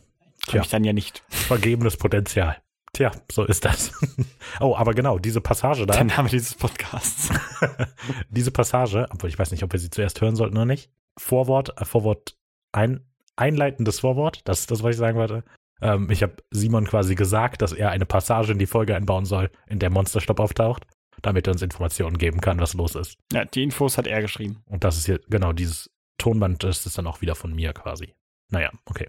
Hab ich dann ja nicht.
Vergebenes Potenzial. Tja, so ist das. oh, aber genau, diese Passage da,
Der Name dieses Podcasts.
diese Passage, obwohl ich weiß nicht, ob wir sie zuerst hören sollten oder nicht. Vorwort, äh, Vorwort, ein, einleitendes Vorwort, das ist das, was ich sagen wollte. Ähm, ich habe Simon quasi gesagt, dass er eine Passage in die Folge einbauen soll, in der Monsterstopp auftaucht, damit er uns Informationen geben kann, was los ist.
Ja, die Infos hat er geschrieben.
Und das ist hier, genau, dieses Tonband das ist dann auch wieder von mir quasi. Naja, okay.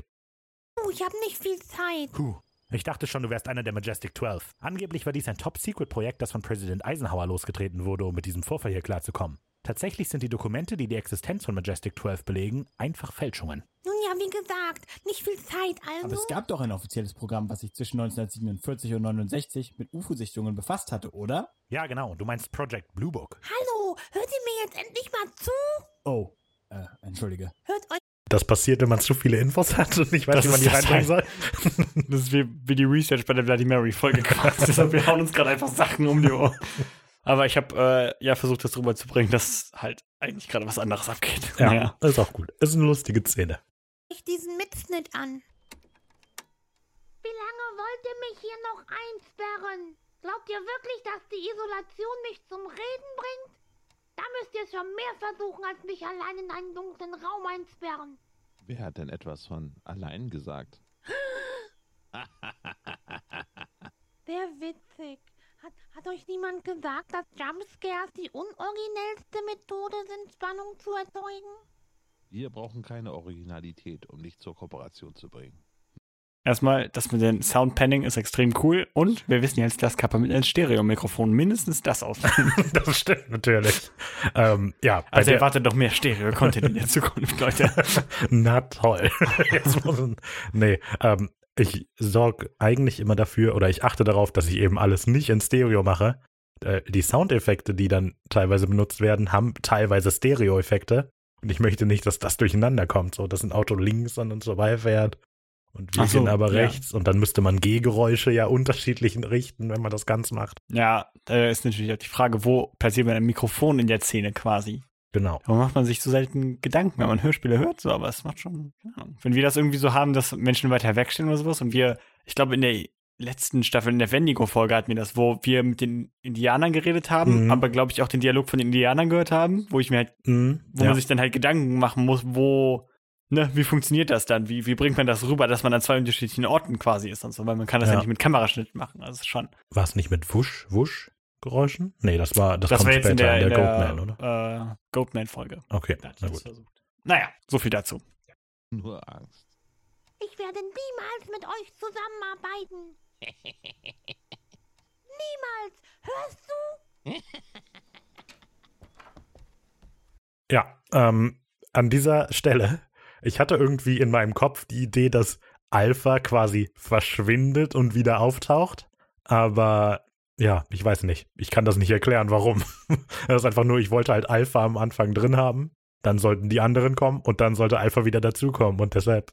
Ich habe nicht viel Zeit.
Puh. Ich dachte schon, du wärst einer der Majestic 12. Angeblich war dies ein Top-Secret-Projekt, das von Präsident Eisenhower losgetreten wurde, um mit diesem Vorfall hier klarzukommen. Tatsächlich sind die Dokumente, die die Existenz von Majestic 12 belegen, einfach Fälschungen.
Nun ja, wie gesagt, nicht viel Zeit, also.
Aber es gab doch ein offizielles Programm, was sich zwischen 1947 und 69 mit UFO-Sichtungen befasst hatte, oder?
Ja, genau. Du meinst Project Blue Book.
Hallo, hört ihr mir jetzt endlich mal zu?
Oh, äh, entschuldige.
Hört euch
Das passiert, wenn man zu viele Infos hat und nicht weiß,
Das
wie man
ist
die
das
reinbringen soll.
Das ist wie, wie die Research bei der Bloody Mary-Folge quasi. Deshalb, wir hauen uns gerade einfach Sachen um die Ohren. Aber ich habe äh, ja versucht, das rüberzubringen, dass halt eigentlich gerade was anderes abgeht.
Ja,
Naja.
ist auch gut. Ist eine lustige Szene.
diesen Mitschnitt an.
Wie lange wollt ihr mich hier noch einsperren? Glaubt ihr wirklich, dass die Isolation mich zum Reden bringt? Da müsst ihr schon mehr versuchen, als mich allein in einen dunklen Raum einsperren.
Wer hat denn etwas von allein gesagt?
Sehr witzig. Hat, hat euch niemand gesagt, dass Jumpscares die unoriginellste Methode sind, Spannung zu erzeugen?
Wir brauchen keine Originalität, um dich zur Kooperation zu bringen.
Erstmal, das mit dem Soundpanning ist extrem cool. Und wir wissen jetzt, dass Kappa mit einem Stereo-Mikrofon mindestens das ausmacht.
Das stimmt natürlich. ähm, ja, bei
Also
der-
erwartet doch mehr Stereo-Content in der Zukunft, Leute.
Na toll. Jetzt muss ich, nee, ähm, ich sorge eigentlich immer dafür oder ich achte darauf, dass ich eben alles nicht in Stereo mache. Äh, die Soundeffekte, die dann teilweise benutzt werden, haben teilweise Stereo-Effekte. Und ich möchte nicht, dass das durcheinander kommt, so dass ein Auto links an uns vorbeifährt und wir
Ach so,
gehen aber
ja.
rechts. Und dann müsste man Gehgeräusche ja unterschiedlichen richten, wenn man das ganz macht.
Ja, da ist natürlich auch die Frage, wo platziert man ein Mikrofon in der Szene quasi?
Genau.
Warum macht man sich so selten Gedanken, wenn man Hörspiele hört? So, aber es macht schon, keine Ahnung. Wenn wir das irgendwie so haben, dass Menschen weiter wegstehen oder sowas und wir, ich glaube, in der letzten Staffel, in der Wendigo-Folge hatten wir das, wo wir mit den Indianern geredet haben,
Mhm.
aber glaube ich auch den Dialog von den Indianern gehört haben, wo ich mir halt
Mhm,
wo man sich dann halt Gedanken machen muss, wo, ne, wie funktioniert das dann? Wie, wie bringt man das rüber, dass man an zwei unterschiedlichen Orten quasi ist und so, weil man kann das ja,
Ja.
nicht mit Kameraschnitt machen. Also schon.
war es nicht mit Wusch, Wusch? Geräuschen? Nee, das war das,
Das, war
kommt
jetzt
später
in der, in der
Goatman, oder?
oder? Äh, Goatman-Folge.
Okay,
Da hatte ich
na
das
gut.
versucht. Naja, so viel dazu.
Nur Angst.
Ich werde niemals mit euch zusammenarbeiten. niemals. Hörst du?
Ja, ähm, an dieser Stelle Ich hatte irgendwie in meinem Kopf die Idee, dass Alpha quasi verschwindet und wieder auftaucht. Aber ja, ich weiß nicht. Ich kann das nicht erklären, warum. das ist einfach nur, ich wollte halt Alpha am Anfang drin haben. Dann sollten die anderen kommen und dann sollte Alpha wieder dazukommen. Und deshalb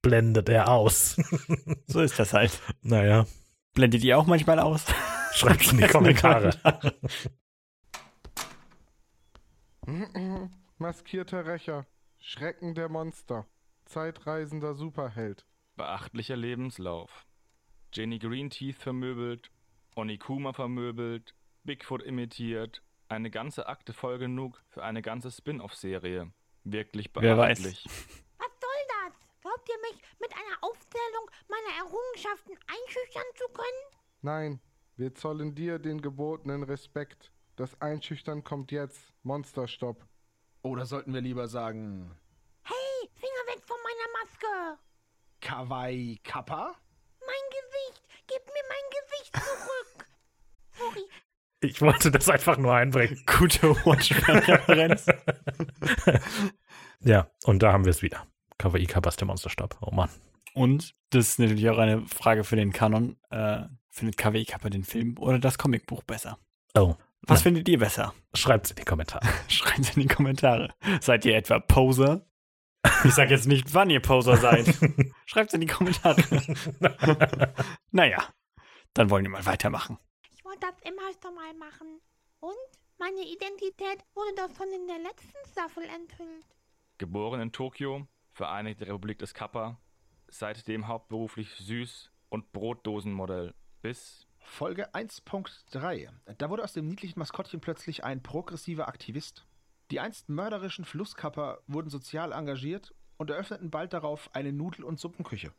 blendet er aus.
So ist das halt.
naja,
Blendet ihr auch manchmal aus?
schreibt's in die Kommentare.
Maskierter Rächer. Schrecken der Monster. Zeitreisender Superheld.
Beachtlicher Lebenslauf. Jenny Greenteeth vermöbelt, Onikuma vermöbelt, Bigfoot imitiert. Eine ganze Akte voll genug für eine ganze Spin-off-Serie. Wirklich
Wer weiß.
beachtlich.
Was soll das? Glaubt ihr mich mit einer Aufzählung meiner Errungenschaften einschüchtern zu können?
Nein, wir zollen dir den gebotenen Respekt. Das Einschüchtern kommt jetzt. Monsterstopp.
Oder Oh, sollten wir lieber sagen
Hey, Finger weg von meiner Maske!
Kawaii Kappa?
Mein Gesicht! Gib mir mein Gesicht zurück! Sorry,
Ich wollte das einfach nur einbringen.
Gute Watchmen-Referenz.
Ja, und da haben wir es wieder. Kawaii Kabas der Monsterstab. Oh Mann.
Und das ist natürlich auch eine Frage für den Kanon. Äh, findet KW Kappa den Film oder das Comicbuch besser?
Oh.
Was
Ja.
findet ihr besser?
Schreibt's in die Kommentare.
Schreibt es in die Kommentare. Seid ihr etwa Poser? Ich sag jetzt nicht, wann ihr Poser seid. Schreibt es in die Kommentare. naja, dann wollen wir mal weitermachen.
ich wollte das immer schon mal machen. Und meine Identität wurde doch schon in der letzten Staffel enthüllt.
Geboren in Tokio, Vereinigte Republik des Kappa, seitdem hauptberuflich Süß- und Brotdosenmodell. Bis
Folge 1.3. Da wurde aus dem niedlichen Maskottchen plötzlich ein progressiver Aktivist. Die einst mörderischen Flusskapper wurden sozial engagiert und eröffneten bald darauf eine Nudel- und Suppenküche.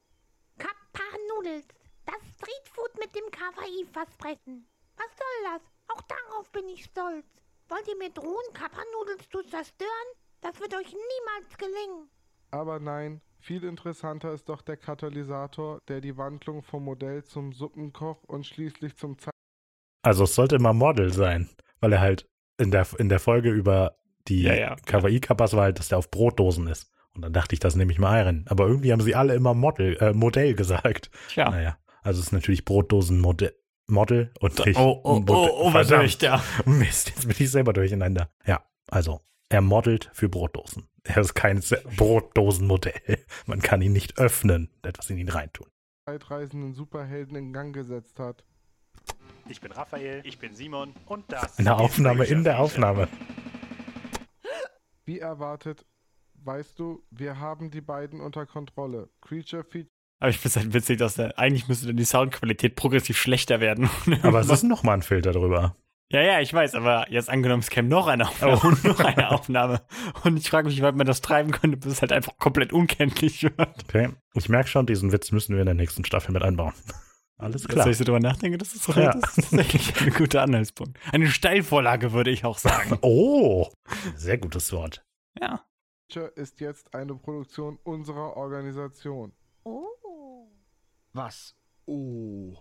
Kappa Noodles. Das Streetfood mit dem Kawaii-Versprechen. Was soll das? Auch darauf bin ich stolz. Wollt ihr mir drohen, Kappa Noodles zu zerstören? Das wird euch niemals gelingen.
Aber nein, viel interessanter ist doch der Katalysator, der die Wandlung vom Modell zum Suppenkoch und schließlich zum Zeit.
Also es sollte immer Model sein, weil er halt in der, in der Folge über die
Ja, ja.
Kawaii Kappas war halt, dass der auf Brotdosen ist. Und dann dachte ich, das nehme ich mal ein. Aber irgendwie haben sie alle immer Model, äh, Modell gesagt.
Tja.
Naja, also es ist natürlich Brotdosen Modell. Model und nicht
Oh, oh,
Modell.
oh, oh, was soll ich
Verdammt.
da?
Mist, jetzt bin ich selber durcheinander. Ja, also er modelt für Brotdosen. Er ist kein Se- Brotdosenmodell. Man kann ihn nicht öffnen, etwas in ihn reintun.
zeitreisenden Superhelden in Gang gesetzt hat.
Ich bin Raphael. Ich bin Simon. Und das.
Eine Aufnahme in der Aufnahme.
Wie erwartet, weißt du, wir haben die beiden unter Kontrolle. Creature Feature
Aber ich finde es halt witzig, dass der, eigentlich müsste dann die Soundqualität progressiv schlechter werden.
Aber es ist nochmal ein Filter drüber.
ja, ja, ich weiß, aber jetzt angenommen, es käme noch
Oh.
eine Aufnahme und noch eine Aufnahme. Und ich frage mich, wie weit man das treiben könnte, bis es halt einfach komplett unkenntlich wird.
Okay, ich merke schon, diesen Witz müssen wir in der nächsten Staffel mit einbauen. Alles
Jetzt,
klar.
wenn ich so drüber nachdenke, das ist,
Ja.
das ist tatsächlich ein guter Anhaltspunkt. Eine Steilvorlage, würde ich auch sagen.
Oh, sehr gutes Wort.
Ja.
ist jetzt eine Produktion unserer Organisation.
Oh.
Was? Oh.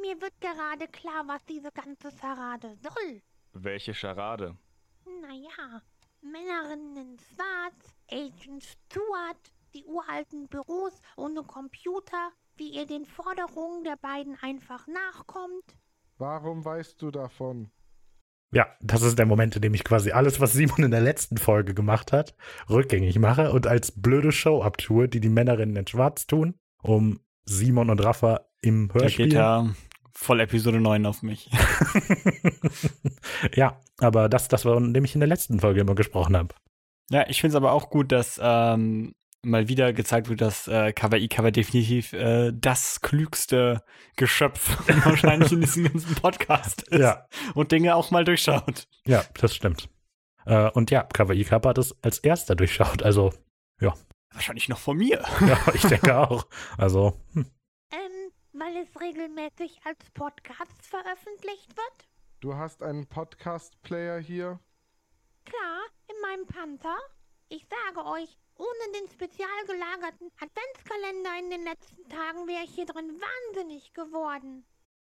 Mir wird gerade klar, was diese ganze Verrate soll.
welche Scharade?
Naja, Männerinnen in Schwarz, Agent Stewart, die uralten Büros ohne Computer, wie ihr den Forderungen der beiden einfach nachkommt.
Warum weißt du davon?
Ja, das ist der Moment, in dem ich quasi alles, was Simon in der letzten Folge gemacht hat, rückgängig mache und als blöde Show abtue, die die Männerinnen in Schwarz tun, um Simon und Rafa im
Da
Hörspiel.
geht ja voll Episode 9 auf mich.
ja, aber das, das war, von dem ich in der letzten Folge immer gesprochen habe.
Ja, ich finde es aber auch gut, dass ähm, mal wieder gezeigt wird, dass äh, KWI Cover definitiv äh, das klügste Geschöpf wahrscheinlich in diesem ganzen Podcast ist.
Ja.
Und Dinge auch mal durchschaut.
Ja, das stimmt. Äh, und ja, Kawaii Kappa hat es als erster durchschaut. Also,
Wahrscheinlich noch von mir.
ja, ich denke auch. Also, hm.
Ähm, weil es regelmäßig als Podcast veröffentlicht wird?
Du hast einen Podcast-Player hier?
Klar, in meinem Panther. Ich sage euch, ohne den spezial gelagerten Adventskalender in den letzten Tagen wäre ich hier drin wahnsinnig geworden.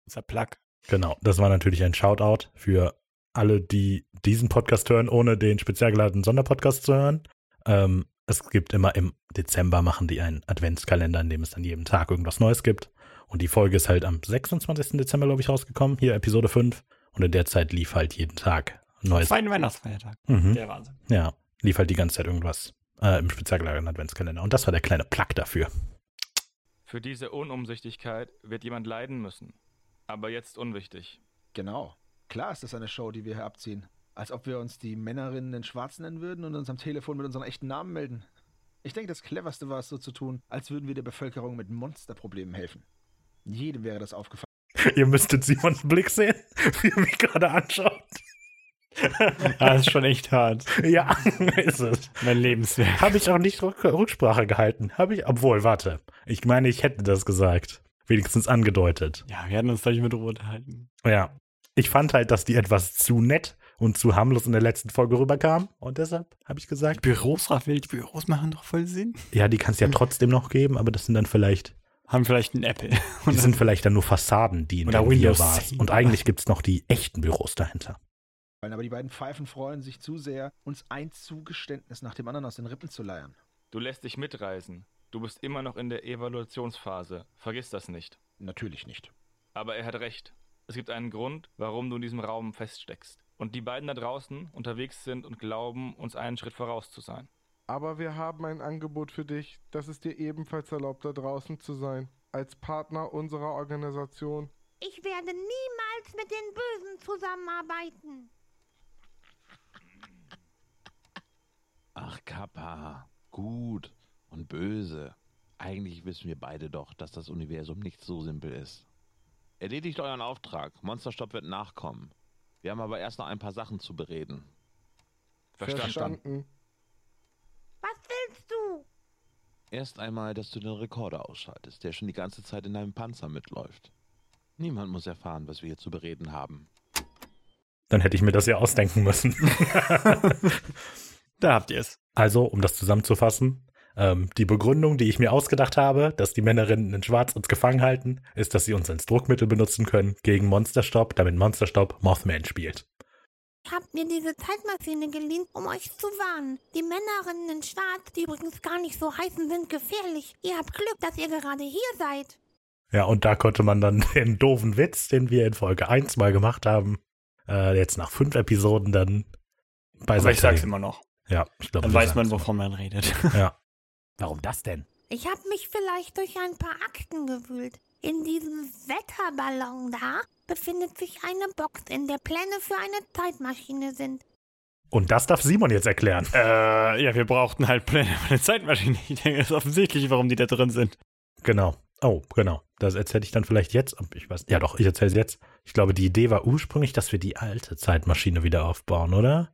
Unser Plug.
Genau, das war natürlich ein Shoutout für alle, die diesen Podcast hören, ohne den spezial geladenen Sonderpodcast zu hören. Ähm, Es gibt immer im Dezember machen die einen Adventskalender, in dem es dann jeden Tag irgendwas Neues gibt. Und die Folge ist halt am 26. Dezember, glaube ich, rausgekommen. Hier Episode 5. Und in der Zeit lief halt jeden Tag ein neues.
Zweiten Weihnachtsfeiertag.
Mhm.
Der Wahnsinn.
Ja, lief halt die ganze Zeit irgendwas äh, im Speziallager Adventskalender. Und das war der kleine Plug dafür.
Für diese Unumsichtigkeit wird jemand leiden müssen. Aber jetzt unwichtig.
Genau. Klar ist das eine Show, die wir hier abziehen. Als ob wir uns die Männerinnen in Schwarz nennen würden und uns am Telefon mit unseren echten Namen melden. Ich denke, das Cleverste war es so zu tun, als würden wir der Bevölkerung mit Monsterproblemen helfen. Jedem wäre das aufgefallen.
Ihr müsstet Simons Blick sehen, wie er mich gerade anschaut.
Das ist schon echt hart.
Ja, ist es.
Mein Lebenswerk.
Habe ich auch nicht Rück Rücksprache gehalten. Habe ich, obwohl, warte. Ich meine, ich hätte das gesagt. Wenigstens angedeutet.
Ja, wir hatten uns da nicht mehr drüber unterhalten.
Ja. Ich fand halt, dass die etwas zu nett und zu harmlos in der letzten Folge rüberkam. Und deshalb habe ich gesagt,
Büros, Raphael, die Büros machen doch voll Sinn.
ja, die kannst du ja trotzdem noch geben, aber das sind dann vielleicht,
Haben vielleicht einen Apple.
die sind vielleicht dann nur Fassaden, die in
Oder
der Windows
Windows
waren.
10.
Und eigentlich gibt es noch die echten Büros dahinter.
Aber die beiden Pfeifen freuen sich zu sehr, uns ein Zugeständnis nach dem anderen aus den Rippen zu leiern.
Du lässt dich mitreißen. Du bist immer noch in der Evaluationsphase. Vergiss das nicht.
Natürlich nicht.
Aber er hat recht. Es gibt einen Grund, warum du in diesem Raum feststeckst. Und die beiden da draußen unterwegs sind und glauben, uns einen Schritt voraus zu sein.
Aber wir haben ein Angebot für dich, dass es dir ebenfalls erlaubt, da draußen zu sein. Als Partner unserer Organisation.
Ich werde niemals mit den Bösen zusammenarbeiten.
Ach, Kappa. Gut und böse. Eigentlich wissen wir beide doch, dass das Universum nicht so simpel ist. Erledigt euren Auftrag. Monsterstopp wird nachkommen. Wir haben aber erst noch ein paar Sachen zu bereden.
Verstanden.
Was willst du?
Erst einmal, dass du den Rekorder ausschaltest, der schon die ganze Zeit in deinem Panzer mitläuft. Niemand muss erfahren, was wir hier zu bereden haben.
Dann hätte ich mir das ja ausdenken müssen.
Da habt ihr es.
Also, um das zusammenzufassen, ähm, die Begründung, die ich mir ausgedacht habe, dass die Männerinnen in Schwarz uns gefangen halten, ist, dass sie uns als Druckmittel benutzen können gegen Monsterstop, damit Monsterstop Mothman spielt.
Ich hab mir diese Zeitmaschine geliehen, um euch zu warnen. Die Männerinnen in Schwarz, die übrigens gar nicht so heißen, sind gefährlich. Ihr habt Glück, dass ihr gerade hier seid.
Ja, und da konnte man dann den doofen Witz, den wir in Folge 1 mal gemacht haben, äh, jetzt nach fünf Episoden dann bei
Aber ich sag's immer noch.
Ja, ich glaube,
Dann
du
weiß
sagst
man,
es.
wovon man redet.
Ja. Warum das denn?
Ich hab mich vielleicht durch ein paar Akten gewühlt. In diesem Wetterballon da befindet sich eine Box, in der Pläne für eine Zeitmaschine sind.
Und das darf Simon jetzt erklären.
äh, ja, wir brauchten halt Pläne für eine Zeitmaschine. Ich denke, es ist offensichtlich, warum die da drin sind.
Genau. Oh, genau. Das erzähle ich dann vielleicht jetzt. ob Ich weiß, ja doch, ich erzähle es jetzt. Ich glaube, die Idee war ursprünglich, dass wir die alte Zeitmaschine wieder aufbauen, oder?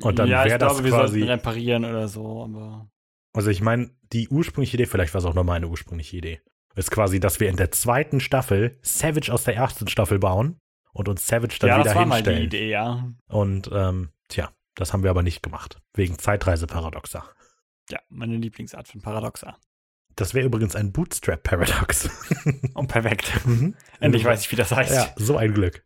Und dann
Mm, ja, ich
wär das
glaube, wir
quasi-
sollten reparieren oder so, aber.
Also ich meine, die ursprüngliche Idee, vielleicht war es auch nur meine ursprüngliche Idee, ist quasi, dass wir in der zweiten Staffel Savage aus der ersten Staffel bauen und uns Savage dann
ja,
wieder
das war mal
hinstellen.
die Idee, ja.
Und ähm, tja, das haben wir aber nicht gemacht. Wegen Zeitreiseparadoxa.
Ja, meine Lieblingsart von Paradoxa.
Das wäre übrigens ein Bootstrap-Paradox.
Und Oh, perfekt.
Mhm.
Endlich weiß ich, wie das heißt.
Ja, so ein Glück.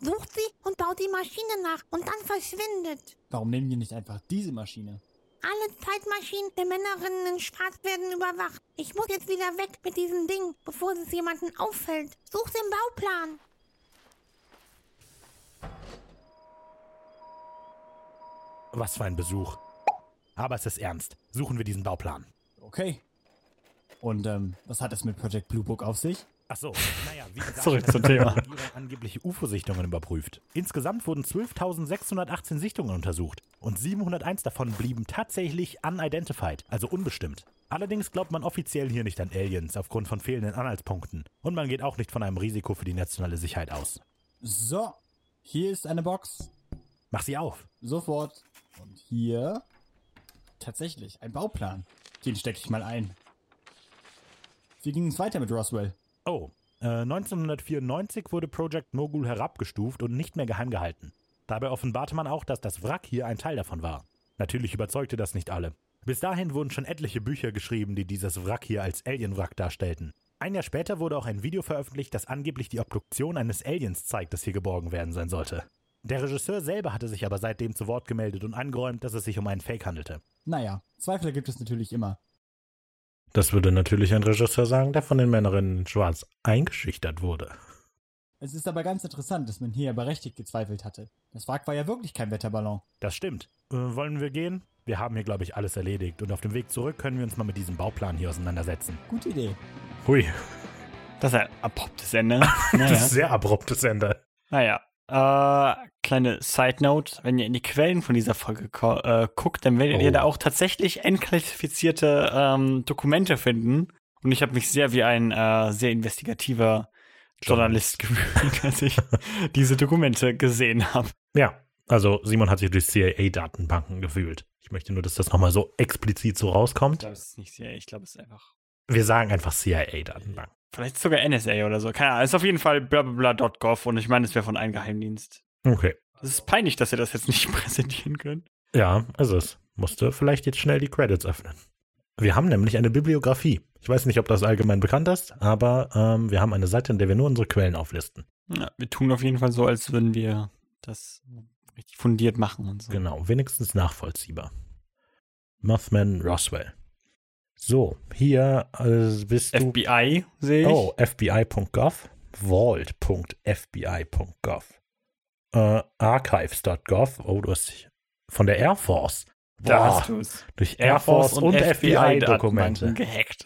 Sucht sie und baut die Maschine nach und dann verschwindet.
Warum nehmen wir nicht einfach diese Maschine?
Alle Zeitmaschinen der Männerinnen in Schwarz werden überwacht. Ich muss jetzt wieder weg mit diesem Ding, bevor es jemanden auffällt. Such den Bauplan.
Was für ein Besuch. Aber es ist ernst. Suchen wir diesen Bauplan.
Okay. Und ähm, was hat es mit Project Blue Book auf sich?
Ach so, naja, wie gesagt,
Zurück
das
zum
hat die
Thema.
Regierung angebliche UFO-Sichtungen überprüft. Insgesamt wurden 12.618 Sichtungen untersucht und 701 davon blieben tatsächlich unidentified, also unbestimmt. Allerdings glaubt man offiziell hier nicht an Aliens aufgrund von fehlenden Anhaltspunkten und man geht auch nicht von einem Risiko für die nationale Sicherheit aus.
So, hier ist eine Box.
Mach sie auf.
Sofort. Und hier tatsächlich ein Bauplan. Den stecke ich mal ein. Wie ging es weiter mit Roswell?
Oh, äh, 1994 wurde Project Mogul herabgestuft und nicht mehr geheim gehalten. Dabei offenbarte man auch, dass das Wrack hier ein Teil davon war. Natürlich überzeugte das nicht alle. Bis dahin wurden schon etliche Bücher geschrieben, die dieses Wrack hier als Alien-Wrack darstellten. Ein Jahr später wurde auch ein Video veröffentlicht, das angeblich die Obduktion eines Aliens zeigt, das hier geborgen werden sein sollte.
Der Regisseur selber hatte sich aber seitdem zu Wort gemeldet und angeräumt, dass es sich um einen Fake handelte.
Naja, Zweifler gibt es natürlich immer.
Das würde natürlich ein Regisseur sagen, der von den Männerinnen in Schwarz eingeschüchtert wurde.
Es ist aber ganz interessant, dass man hier berechtigt gezweifelt hatte. Das Wrack war ja wirklich kein Wetterballon.
Das stimmt. Äh, wollen wir gehen? Wir haben hier, glaube ich, alles erledigt und auf dem Weg zurück können wir uns mal mit diesem Bauplan hier auseinandersetzen.
Gute Idee.
Hui,
Das ist ein abruptes Ende. Naja.
das ist ein sehr abruptes Ende.
Naja, äh, kleine Side-Note, wenn ihr in die Quellen von dieser Folge ko- äh, guckt, dann werdet ihr
Oh.
da auch tatsächlich entklassifizierte ähm, Dokumente finden. Und ich habe mich sehr wie ein äh, sehr investigativer Journalist gefühlt, als ich diese Dokumente gesehen habe.
Ja, also Simon hat sich durch CIA-Datenbanken gefühlt. Ich möchte nur, dass das nochmal so explizit so rauskommt.
glaube, es ist nicht sehr, ich glaube, es ist einfach.
Wir sagen einfach CIA-Datenbank.
Vielleicht sogar NSA oder so. Keine Ahnung, ist auf jeden Fall blablabla.gov und ich meine, es wäre von einem Geheimdienst.
Okay.
Es ist peinlich, dass ihr das jetzt nicht präsentieren könnt.
Ja, ist es. Musste vielleicht jetzt schnell die Credits öffnen. Wir haben nämlich eine Bibliografie. Ich weiß nicht, ob das allgemein bekannt ist, aber ähm, wir haben eine Seite, in der wir nur unsere Quellen auflisten.
Ja, wir tun auf jeden Fall so, als würden wir das richtig fundiert machen und so.
Genau, wenigstens nachvollziehbar. Mothman Roswell. So, hier äh, bist du.
FBI sehe ich.
Oh, FBI.gov. Vault.fbi.gov. Äh, Archives.gov. Oh, du hast dich von der Air Force.
da
Boah,
hast du es.
durch Air Force und, FBI-Dokumente.
gehackt.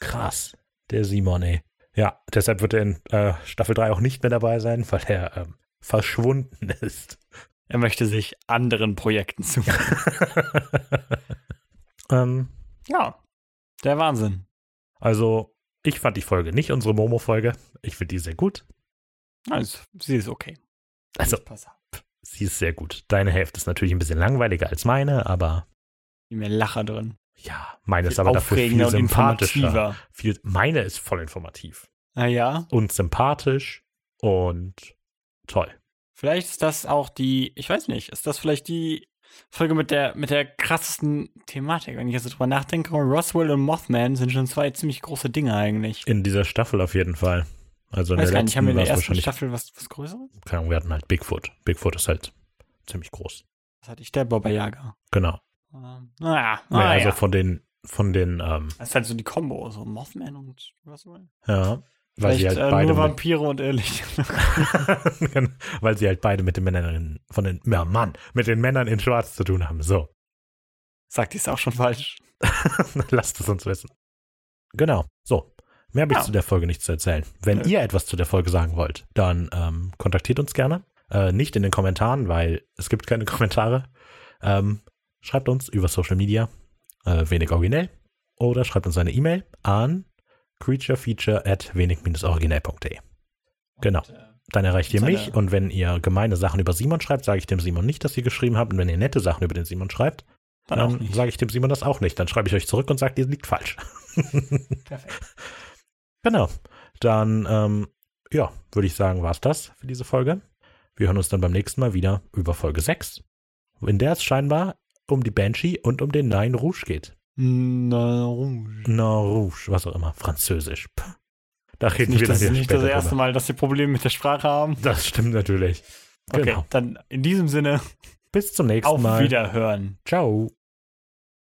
Krass, der Simon, ey. Ja, deshalb wird er in äh, Staffel 3 auch nicht mehr dabei sein, weil er ähm, verschwunden ist.
Er möchte sich anderen Projekten zuwenden.
ähm,
ja, der Wahnsinn.
also, ich fand die Folge nicht unsere Momo-Folge. Ich finde die sehr gut.
Also, sie ist okay.
Also,
Ich passe ab.
sie ist sehr gut. Deine Hälfte ist natürlich ein bisschen langweiliger als meine, aber
Viel mehr Lacher drin.
ja, meine ist
Viel
aber dafür viel
aufregender und
sympathischer.
informativer.
Viel, meine ist voll informativ
Ah ja,
und sympathisch und toll.
vielleicht ist das auch die, ich weiß nicht, ist das vielleicht die Folge mit der, mit der krassesten Thematik? Wenn ich jetzt so drüber nachdenke, Roswell und Mothman sind schon zwei ziemlich große Dinge eigentlich.
In dieser Staffel auf jeden Fall. Also in
weiß
der
gar nicht, haben
letzten
wir in
war
der
es
ersten
wahrscheinlich
Staffel was, was Größeres?
keine Ahnung, wir hatten halt Bigfoot. Bigfoot ist halt ziemlich groß.
Das hatte ich, der Baba Yaga.
Genau.
Ähm, naja,
Ja,
naja.
also von den, von den, ähm,
das ist halt so die Kombo, so Mothman und Roswell.
ja, weil sie
Vielleicht
halt
äh,
beide
nur
mit,
Vampire und Irrlicht.
Genau, weil sie halt beide mit den Männern von den, ja Mann, mit den Männern in Schwarz zu tun haben. So,
Sagt die es auch schon falsch.
lasst es uns wissen. Genau. So, mehr habe ich
Ja.
zu der Folge nicht zu erzählen. Wenn
Nö.
ihr etwas zu der Folge sagen wollt, dann ähm, kontaktiert uns gerne. Äh, nicht in den Kommentaren, weil es gibt keine Kommentare. Ähm, schreibt uns über Social Media, äh, wenig originell, oder schreibt uns eine E-Mail an creaturefeature at wenig-originell.de. Genau. Dann erreicht ihr
seine-
mich und wenn ihr gemeine Sachen über Simon schreibt, sage ich dem Simon nicht, dass ihr geschrieben habt. Und wenn ihr nette Sachen über den Simon schreibt,
Dann auch
dann
nicht.
sage ich dem Simon das auch nicht. Dann schreibe ich euch zurück und sage, ihr liegt falsch.
Perfekt.
Genau. Dann, ähm, ja, würde ich sagen, war es das für diese Folge. Wir hören uns dann beim nächsten Mal wieder über Folge 6, in der es scheinbar um die Banshee und um den Nine Rouge geht.
Na, Rouge.
Na Rouge, was auch immer, französisch. Puh. Da reden
Nicht,
wir dann
das ist
wieder
nicht das
später
erste
drüber.
Mal, dass wir Probleme mit der Sprache haben.
Das stimmt natürlich.
Okay,
Genau.
dann in diesem Sinne
Bis zum nächsten
auf
Mal.
Wiederhören.
Ciao.